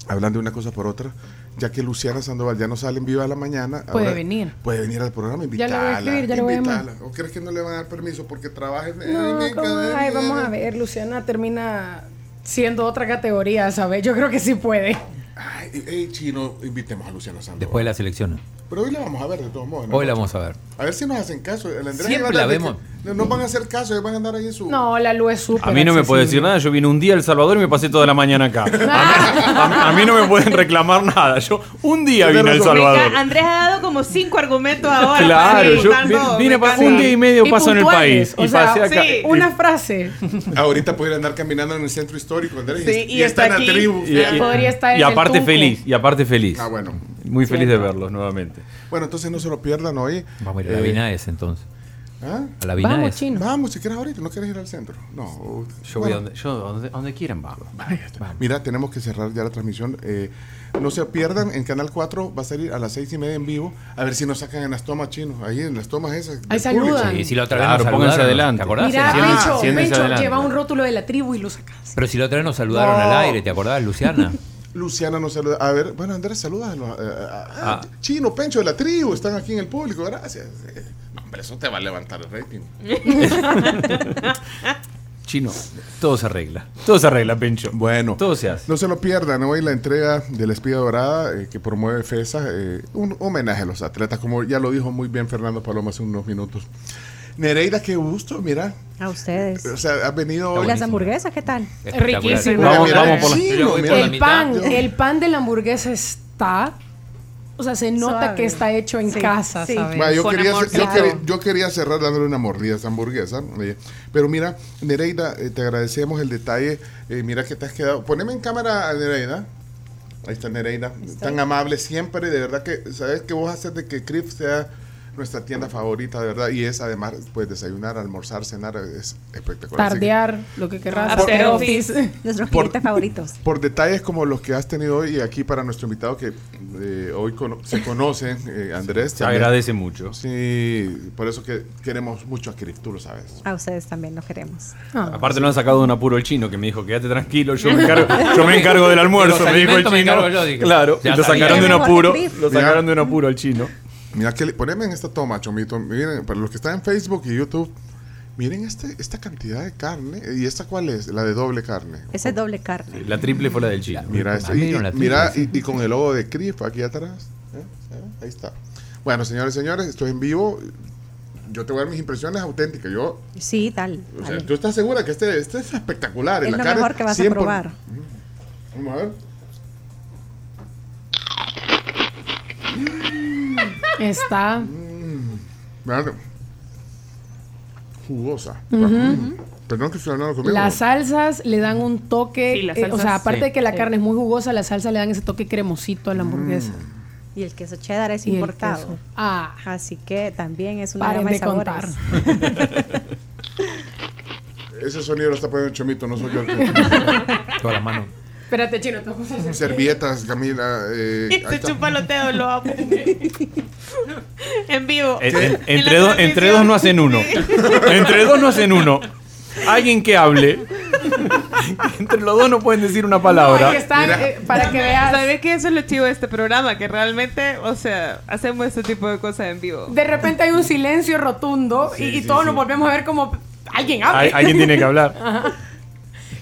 Speaker 3: hablando de una cosa por otra, ya que Luciana Sandoval ya no sale en Viva la Mañana...
Speaker 6: Puede
Speaker 3: ahora
Speaker 6: venir.
Speaker 3: Puede venir al programa,
Speaker 6: Ya
Speaker 3: invitala.
Speaker 6: lo voy a escribir, ya lo voy a llamar.
Speaker 3: invitala. ¿O crees que no le van a dar permiso porque trabajes
Speaker 6: No, ¿cómo? Ay, vamos a ver, Luciana termina siendo otra categoría, ¿sabes? Yo creo que sí puede.
Speaker 3: Ay, ey, chino, invitemos a Luciana Sandoval.
Speaker 8: Después de las elecciones.
Speaker 3: Pero hoy la vamos a ver, de todos modos. ¿no?
Speaker 8: Hoy la vamos a ver.
Speaker 3: A ver si nos hacen caso. El Andrés
Speaker 8: Siempre
Speaker 3: iba a
Speaker 8: la
Speaker 3: andar de
Speaker 8: vemos.
Speaker 3: que- No, no van a hacer caso, ellos van a andar ahí en su...
Speaker 6: No, la luz es súper.
Speaker 4: A mí no me puede
Speaker 6: accesible.
Speaker 4: decir nada, yo vine un día a El Salvador y me pasé toda la mañana
Speaker 6: *laughs*
Speaker 4: acá. A mí, a- a mí no me pueden reclamar nada, yo un día
Speaker 9: Me
Speaker 4: vine a El
Speaker 9: ca-
Speaker 4: Salvador.
Speaker 9: Andrés ha dado como cinco argumentos ahora. para
Speaker 4: Claro, yo
Speaker 9: disputar
Speaker 4: vine,
Speaker 9: todo,
Speaker 4: vine
Speaker 9: me
Speaker 4: pa-
Speaker 9: encanta.
Speaker 4: un día y medio
Speaker 6: Y
Speaker 4: paso en el país
Speaker 6: puntuales, o
Speaker 4: y
Speaker 6: sea,
Speaker 4: pasé acá.
Speaker 6: sí, una frase.
Speaker 3: *laughs* Ahorita pudiera andar caminando en el centro histórico, Andrés.
Speaker 6: Sí, y
Speaker 3: está en
Speaker 6: está
Speaker 3: la
Speaker 6: aquí.
Speaker 3: tribu.
Speaker 4: Y, y-
Speaker 6: Podría estar
Speaker 4: y
Speaker 6: en el
Speaker 4: aparte
Speaker 6: Tunco.
Speaker 4: feliz, y aparte feliz.
Speaker 3: Ah, bueno.
Speaker 4: Muy feliz de
Speaker 6: Cierto.
Speaker 4: verlos nuevamente.
Speaker 3: Bueno, entonces no se lo pierdan hoy.
Speaker 8: Vamos a ir a la
Speaker 3: Eh,
Speaker 8: Vinaes entonces.
Speaker 3: ¿Ah?
Speaker 8: A la Vinaes.
Speaker 3: Vamos, si quieres ahorita, no quieres ir al centro. No.
Speaker 4: Yo voy a donde, yo a donde, a donde quieran, vamos.
Speaker 3: Mira, tenemos que cerrar ya la transmisión. Eh, no se pierdan, en Canal 4 va a salir a las seis y media en vivo. A ver si nos sacan en las tomas chinos. Ahí en las tomas esas.
Speaker 6: Ahí
Speaker 3: del
Speaker 6: saludan.
Speaker 3: público.
Speaker 8: Sí, sí, Eh, la otra vez
Speaker 4: Claro,
Speaker 8: nos
Speaker 4: pónganse
Speaker 8: saludaron,
Speaker 4: adelante.
Speaker 8: ¿Te acordás?
Speaker 6: Mira,
Speaker 8: Enciendan-
Speaker 6: Pecho,
Speaker 8: enciendan ese
Speaker 6: Pecho
Speaker 8: adelante.
Speaker 6: lleva un rótulo de la tribu y lo sacas.
Speaker 8: Pero si la otra vez nos saludaron
Speaker 3: No.
Speaker 8: al aire, ¿te acordás,
Speaker 6: *laughs*
Speaker 8: Luciana?
Speaker 3: Luciana nos saluda. A ver, bueno, Andrés, saluda. a los- a- a- a-
Speaker 8: Ah.
Speaker 3: Chino, Pencho de la tribu, están aquí en el público, gracias. Eh, no, hombre, eso te va a levantar el rating.
Speaker 4: Chino, todo se arregla. Todo se arregla, Pencho.
Speaker 3: Bueno.
Speaker 4: Todo se hace.
Speaker 3: No se lo pierdan, hoy la entrega de la Espía Dorada eh, que promueve FESA, eh, un homenaje a los atletas, como ya lo dijo muy bien Fernando Paloma hace unos minutos. Nereida, qué gusto, mira.
Speaker 7: A ustedes.
Speaker 3: O sea, has venido
Speaker 7: ¿Y
Speaker 3: hoy.
Speaker 7: las hamburguesas qué tal?
Speaker 3: Espectacular.
Speaker 6: Riquísimo.
Speaker 3: Vamos-
Speaker 6: Mira,
Speaker 3: vamos por la-
Speaker 6: sí,
Speaker 3: Yo voy por la
Speaker 6: el
Speaker 3: mitad.
Speaker 6: pan,
Speaker 3: Yo-
Speaker 6: el pan de la hamburguesa está. O sea, se nota
Speaker 7: Suave.
Speaker 6: que está hecho en
Speaker 7: Sí,
Speaker 6: casa,
Speaker 7: sí.
Speaker 6: ¿sabes?
Speaker 3: Bueno, yo,
Speaker 6: Con
Speaker 3: quería,
Speaker 6: amor,
Speaker 3: yo
Speaker 6: claro.
Speaker 3: quería- yo quería cerrar dándole una mordida a esa hamburguesa. eh, Pero mira, Nereida, eh, te agradecemos el detalle. eh, mira que te has quedado. Poneme en cámara a Nereida. Ahí está Nereida. Tan amable siempre. De verdad que, ¿sabes que vos haces de que Crif sea nuestra tienda favorita, de verdad? Y es además, pues desayunar, almorzar, cenar, es espectacular. Así que-
Speaker 6: Tardear, lo que querrás.
Speaker 9: Hacer
Speaker 6: hacer
Speaker 9: office.
Speaker 6: office.
Speaker 7: Nuestros
Speaker 3: Por-
Speaker 7: clientes favoritos.
Speaker 3: por detalles como los que has tenido hoy y aquí para nuestro invitado que eh, hoy cono- se conocen, eh, Andrés.
Speaker 4: Se
Speaker 3: también.
Speaker 4: agradece mucho.
Speaker 3: Sí, por eso que queremos mucho a Crif, tú lo sabes.
Speaker 7: A ustedes también los queremos.
Speaker 6: Ah.
Speaker 4: Aparte no han sacado de un apuro el chino que me dijo, quédate tranquilo, yo
Speaker 6: *laughs*
Speaker 4: me encargo, yo me encargo del almuerzo,
Speaker 8: Los
Speaker 4: me dijo el
Speaker 8: alimentos me
Speaker 4: chino.
Speaker 8: encargo yo, dije.
Speaker 4: claro,
Speaker 8: Ya
Speaker 4: y lo
Speaker 8: sabía.
Speaker 4: sacaron de un
Speaker 7: Mejor
Speaker 4: apuro,
Speaker 7: beef.
Speaker 4: lo sacaron de un apuro al chino.
Speaker 3: Mira, que le- poneme en esta toma, Chomito. Miren, para los que están en Facebook y YouTube, miren este, esta cantidad de carne. ¿Y esta cuál es? La de doble carne.
Speaker 7: Ese es doble carne.
Speaker 4: La triple fue la del chino.
Speaker 3: Mira, esta-
Speaker 8: Ah,
Speaker 3: y,
Speaker 8: miren
Speaker 3: y-
Speaker 8: la triple,
Speaker 3: mira
Speaker 8: sí.
Speaker 3: y, y con el logo de Crif aquí atrás. ¿eh? ¿eh? Ahí está. Bueno, señores, señores, estoy en vivo. Yo te voy a dar mis impresiones auténticas. Yo
Speaker 7: Sí, tal.
Speaker 3: O sea,
Speaker 7: tal.
Speaker 3: ¿tú estás segura que este, este es espectacular?
Speaker 7: Es
Speaker 3: La
Speaker 7: lo
Speaker 3: carne,
Speaker 7: mejor que vas a
Speaker 3: 100%.
Speaker 7: probar.
Speaker 3: Vamos a ver.
Speaker 6: Está.
Speaker 3: Vean. Jugosa.
Speaker 6: Ujú.
Speaker 3: Perdón que estoy hablando conmigo.
Speaker 6: Las salsas le dan un toque.
Speaker 9: Sí, las
Speaker 6: eh, o
Speaker 9: salsas,
Speaker 6: sea, aparte
Speaker 9: sí.
Speaker 6: de que la
Speaker 9: Sí.
Speaker 6: carne es muy jugosa, las salsas le dan ese toque cremosito a
Speaker 3: Mm.
Speaker 6: la hamburguesa.
Speaker 7: Y el queso cheddar es
Speaker 6: Y el
Speaker 7: importado.
Speaker 6: queso. Ah,
Speaker 7: Así que también es una
Speaker 6: paren
Speaker 7: gama de
Speaker 6: de
Speaker 7: sabores.
Speaker 6: contar.
Speaker 3: Ese sonido lo está poniendo Chomito, no soy yo.
Speaker 8: Toda la mano.
Speaker 6: Espérate, chino, te vas a hacer-
Speaker 3: Servietas, Camila. eh, ahí
Speaker 9: Se
Speaker 3: está.
Speaker 9: chupa los dedos, lo amo. en vivo.
Speaker 4: En- en-
Speaker 9: En
Speaker 4: entre,
Speaker 9: la
Speaker 4: dos, entre dos no hacen uno. Entre dos no hacen uno. Alguien que hable. Entre los dos no pueden decir una
Speaker 6: Ahí
Speaker 4: palabra.
Speaker 6: está,
Speaker 3: Mira.
Speaker 6: eh, para que veas.
Speaker 9: ¿Sabes qué? Eso es lo chivo de este programa, que realmente, o sea, hacemos este tipo de cosas en vivo.
Speaker 6: De repente hay un silencio rotundo y, y todos nos volvemos a ver como alguien habla.
Speaker 4: Hay- alguien tiene que hablar.
Speaker 6: Ah.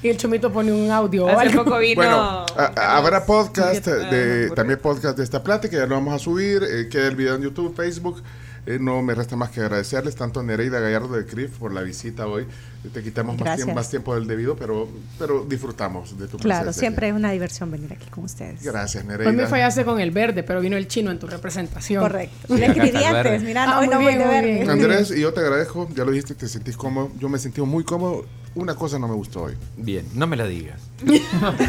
Speaker 6: Y el chomito pone un audio. o
Speaker 9: Hace
Speaker 6: algo.
Speaker 9: poco vino...
Speaker 3: Bueno, a- a- habrá podcast
Speaker 9: Julieta,
Speaker 3: de
Speaker 9: por-
Speaker 3: eh, también podcast de esta plática, ya lo vamos a subir, eh, queda el video en YouTube, Facebook, Eh, no me resta más que agradecerles tanto a Nereida Gallardo de CRIF por la visita hoy. eh, Te quitamos más,
Speaker 7: Gracias.
Speaker 3: tiempo, más tiempo del debido, pero, pero disfrutamos de tu
Speaker 7: Claro,
Speaker 3: presencia
Speaker 7: siempre es una diversión venir aquí con ustedes.
Speaker 3: aquí. Gracias, Nereida.
Speaker 6: Pues me fallaste con el verde, pero vino el chino en tu representación.
Speaker 7: Correcto.
Speaker 3: Sí,
Speaker 7: Le
Speaker 3: acá está
Speaker 7: escribí
Speaker 3: el
Speaker 7: antes,
Speaker 3: verde.
Speaker 7: mira,
Speaker 6: Ah,
Speaker 7: hoy
Speaker 6: muy
Speaker 7: no voy
Speaker 6: bien,
Speaker 7: de
Speaker 3: *laughs*
Speaker 6: muy
Speaker 7: verde.
Speaker 6: bien.
Speaker 3: Andrés, y yo te agradezco, ya lo dijiste, te sentís cómodo. Yo me he sentido muy cómodo. Una cosa no me gustó hoy.
Speaker 8: Bien, no me la digas.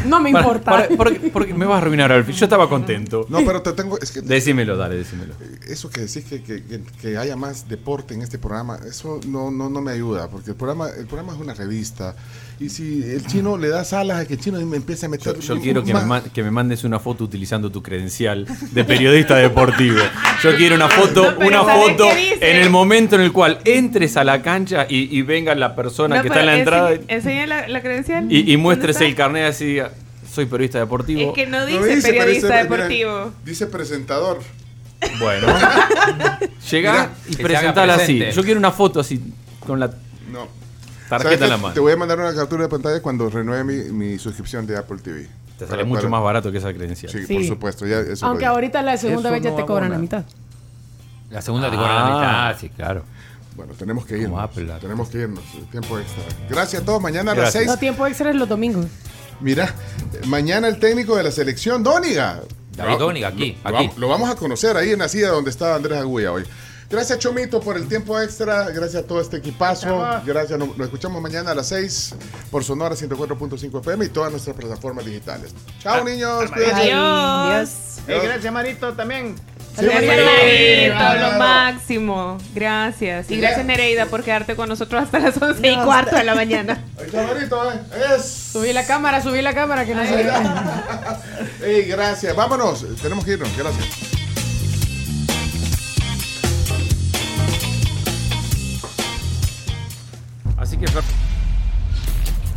Speaker 6: No me
Speaker 8: Para-
Speaker 6: importa.
Speaker 8: para- porque, porque me vas a arruinar al fin. Yo estaba contento.
Speaker 3: No, pero te tengo. Es que
Speaker 8: Decímelo, dale, decímelo.
Speaker 3: Eso que decís que, que- que- que haya más deporte en este programa, eso no, no, no me ayuda, porque el programa, el programa es una revista. Y si el chino le das alas a que el chino me empiece a meter.
Speaker 4: Yo quiero que me,
Speaker 3: más-
Speaker 4: ma- que me mandes una foto utilizando tu credencial de periodista deportivo. Yo quiero una foto,
Speaker 9: No, pero
Speaker 4: una
Speaker 9: ¿sabés
Speaker 4: foto
Speaker 9: qué dice?
Speaker 4: en el momento en el cual entres a la cancha y, y venga la persona
Speaker 9: No,
Speaker 4: que está
Speaker 9: pero
Speaker 4: en la
Speaker 9: ense-
Speaker 4: entrada
Speaker 9: Enseña la, la credencial.
Speaker 4: y, y muestres
Speaker 9: ¿Dónde
Speaker 4: el
Speaker 9: está?
Speaker 4: carnet así diga, soy periodista deportivo.
Speaker 9: Es que no dice,
Speaker 3: dice,
Speaker 9: periodista
Speaker 3: parece-
Speaker 9: deportivo.
Speaker 3: Dice presentador.
Speaker 4: Bueno. Llega
Speaker 3: Mira,
Speaker 4: y
Speaker 3: que se haga
Speaker 4: presentala así.
Speaker 3: presente.
Speaker 4: Yo quiero una foto así con la
Speaker 3: No. ¿Sabes
Speaker 4: tarjeta
Speaker 3: qué?
Speaker 4: en la mano.
Speaker 3: Te voy a mandar una captura de pantalla cuando renueve mi, mi suscripción de Apple TV.
Speaker 4: Te sale mucho más barato que esa credencial.
Speaker 3: Sí,
Speaker 6: Sí.
Speaker 3: por supuesto. Ya eso
Speaker 6: Aunque
Speaker 3: lo-
Speaker 6: ahorita la segunda
Speaker 8: Eso
Speaker 6: vez ya
Speaker 8: no
Speaker 6: te cobran
Speaker 8: abona.
Speaker 6: la mitad.
Speaker 8: La segunda te cobran la
Speaker 4: Ah.
Speaker 8: mitad, sí, claro.
Speaker 3: Bueno, tenemos que irnos. Tenemos que irnos. Tiempo extra. Gracias a todos. Mañana a las
Speaker 6: Gracias.
Speaker 3: 6.
Speaker 6: No, tiempo extra es los domingos.
Speaker 3: Mira, eh, mañana el técnico de la selección, Dóniga.
Speaker 8: David Dóniga, aquí,
Speaker 3: Lo,
Speaker 8: aquí.
Speaker 3: vamos- lo vamos a conocer ahí en la silla donde estaba Andrés Agulla hoy. Gracias, Chomito, por el tiempo extra. Gracias a todo este equipazo. Gracias. Nos, nos escuchamos mañana a las 6 por Sonora 104.5 FM y todas nuestras plataformas digitales.
Speaker 8: Ah,
Speaker 3: Chao, niños. Cuídense.
Speaker 9: Adiós.
Speaker 12: Eh, gracias, Marito, también.
Speaker 9: Gracias,
Speaker 12: Marito.
Speaker 9: Marito,
Speaker 12: Claro.
Speaker 9: lo máximo. Gracias. Y gracias, Nereida, por quedarte con nosotros hasta las 11 y
Speaker 6: Dios.
Speaker 9: cuarto de
Speaker 7: *laughs*
Speaker 9: la mañana.
Speaker 3: Ahí está, Marito, ¿eh? Es.
Speaker 6: Subí la cámara, subí la cámara que no se vea.
Speaker 3: Ey, gracias. Vámonos. Tenemos que irnos. Gracias.
Speaker 4: Así que Fer-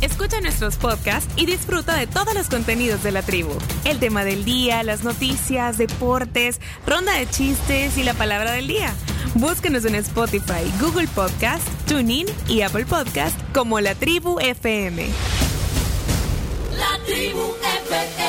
Speaker 1: Escucha nuestros podcasts y disfruta de todos los contenidos de la tribu. El tema del día, las noticias, deportes, ronda de chistes y la palabra del día. Búsquenos en Spotify, Google Podcast, TuneIn y Apple Podcast como La Tribu FM.
Speaker 17: La tribu FM.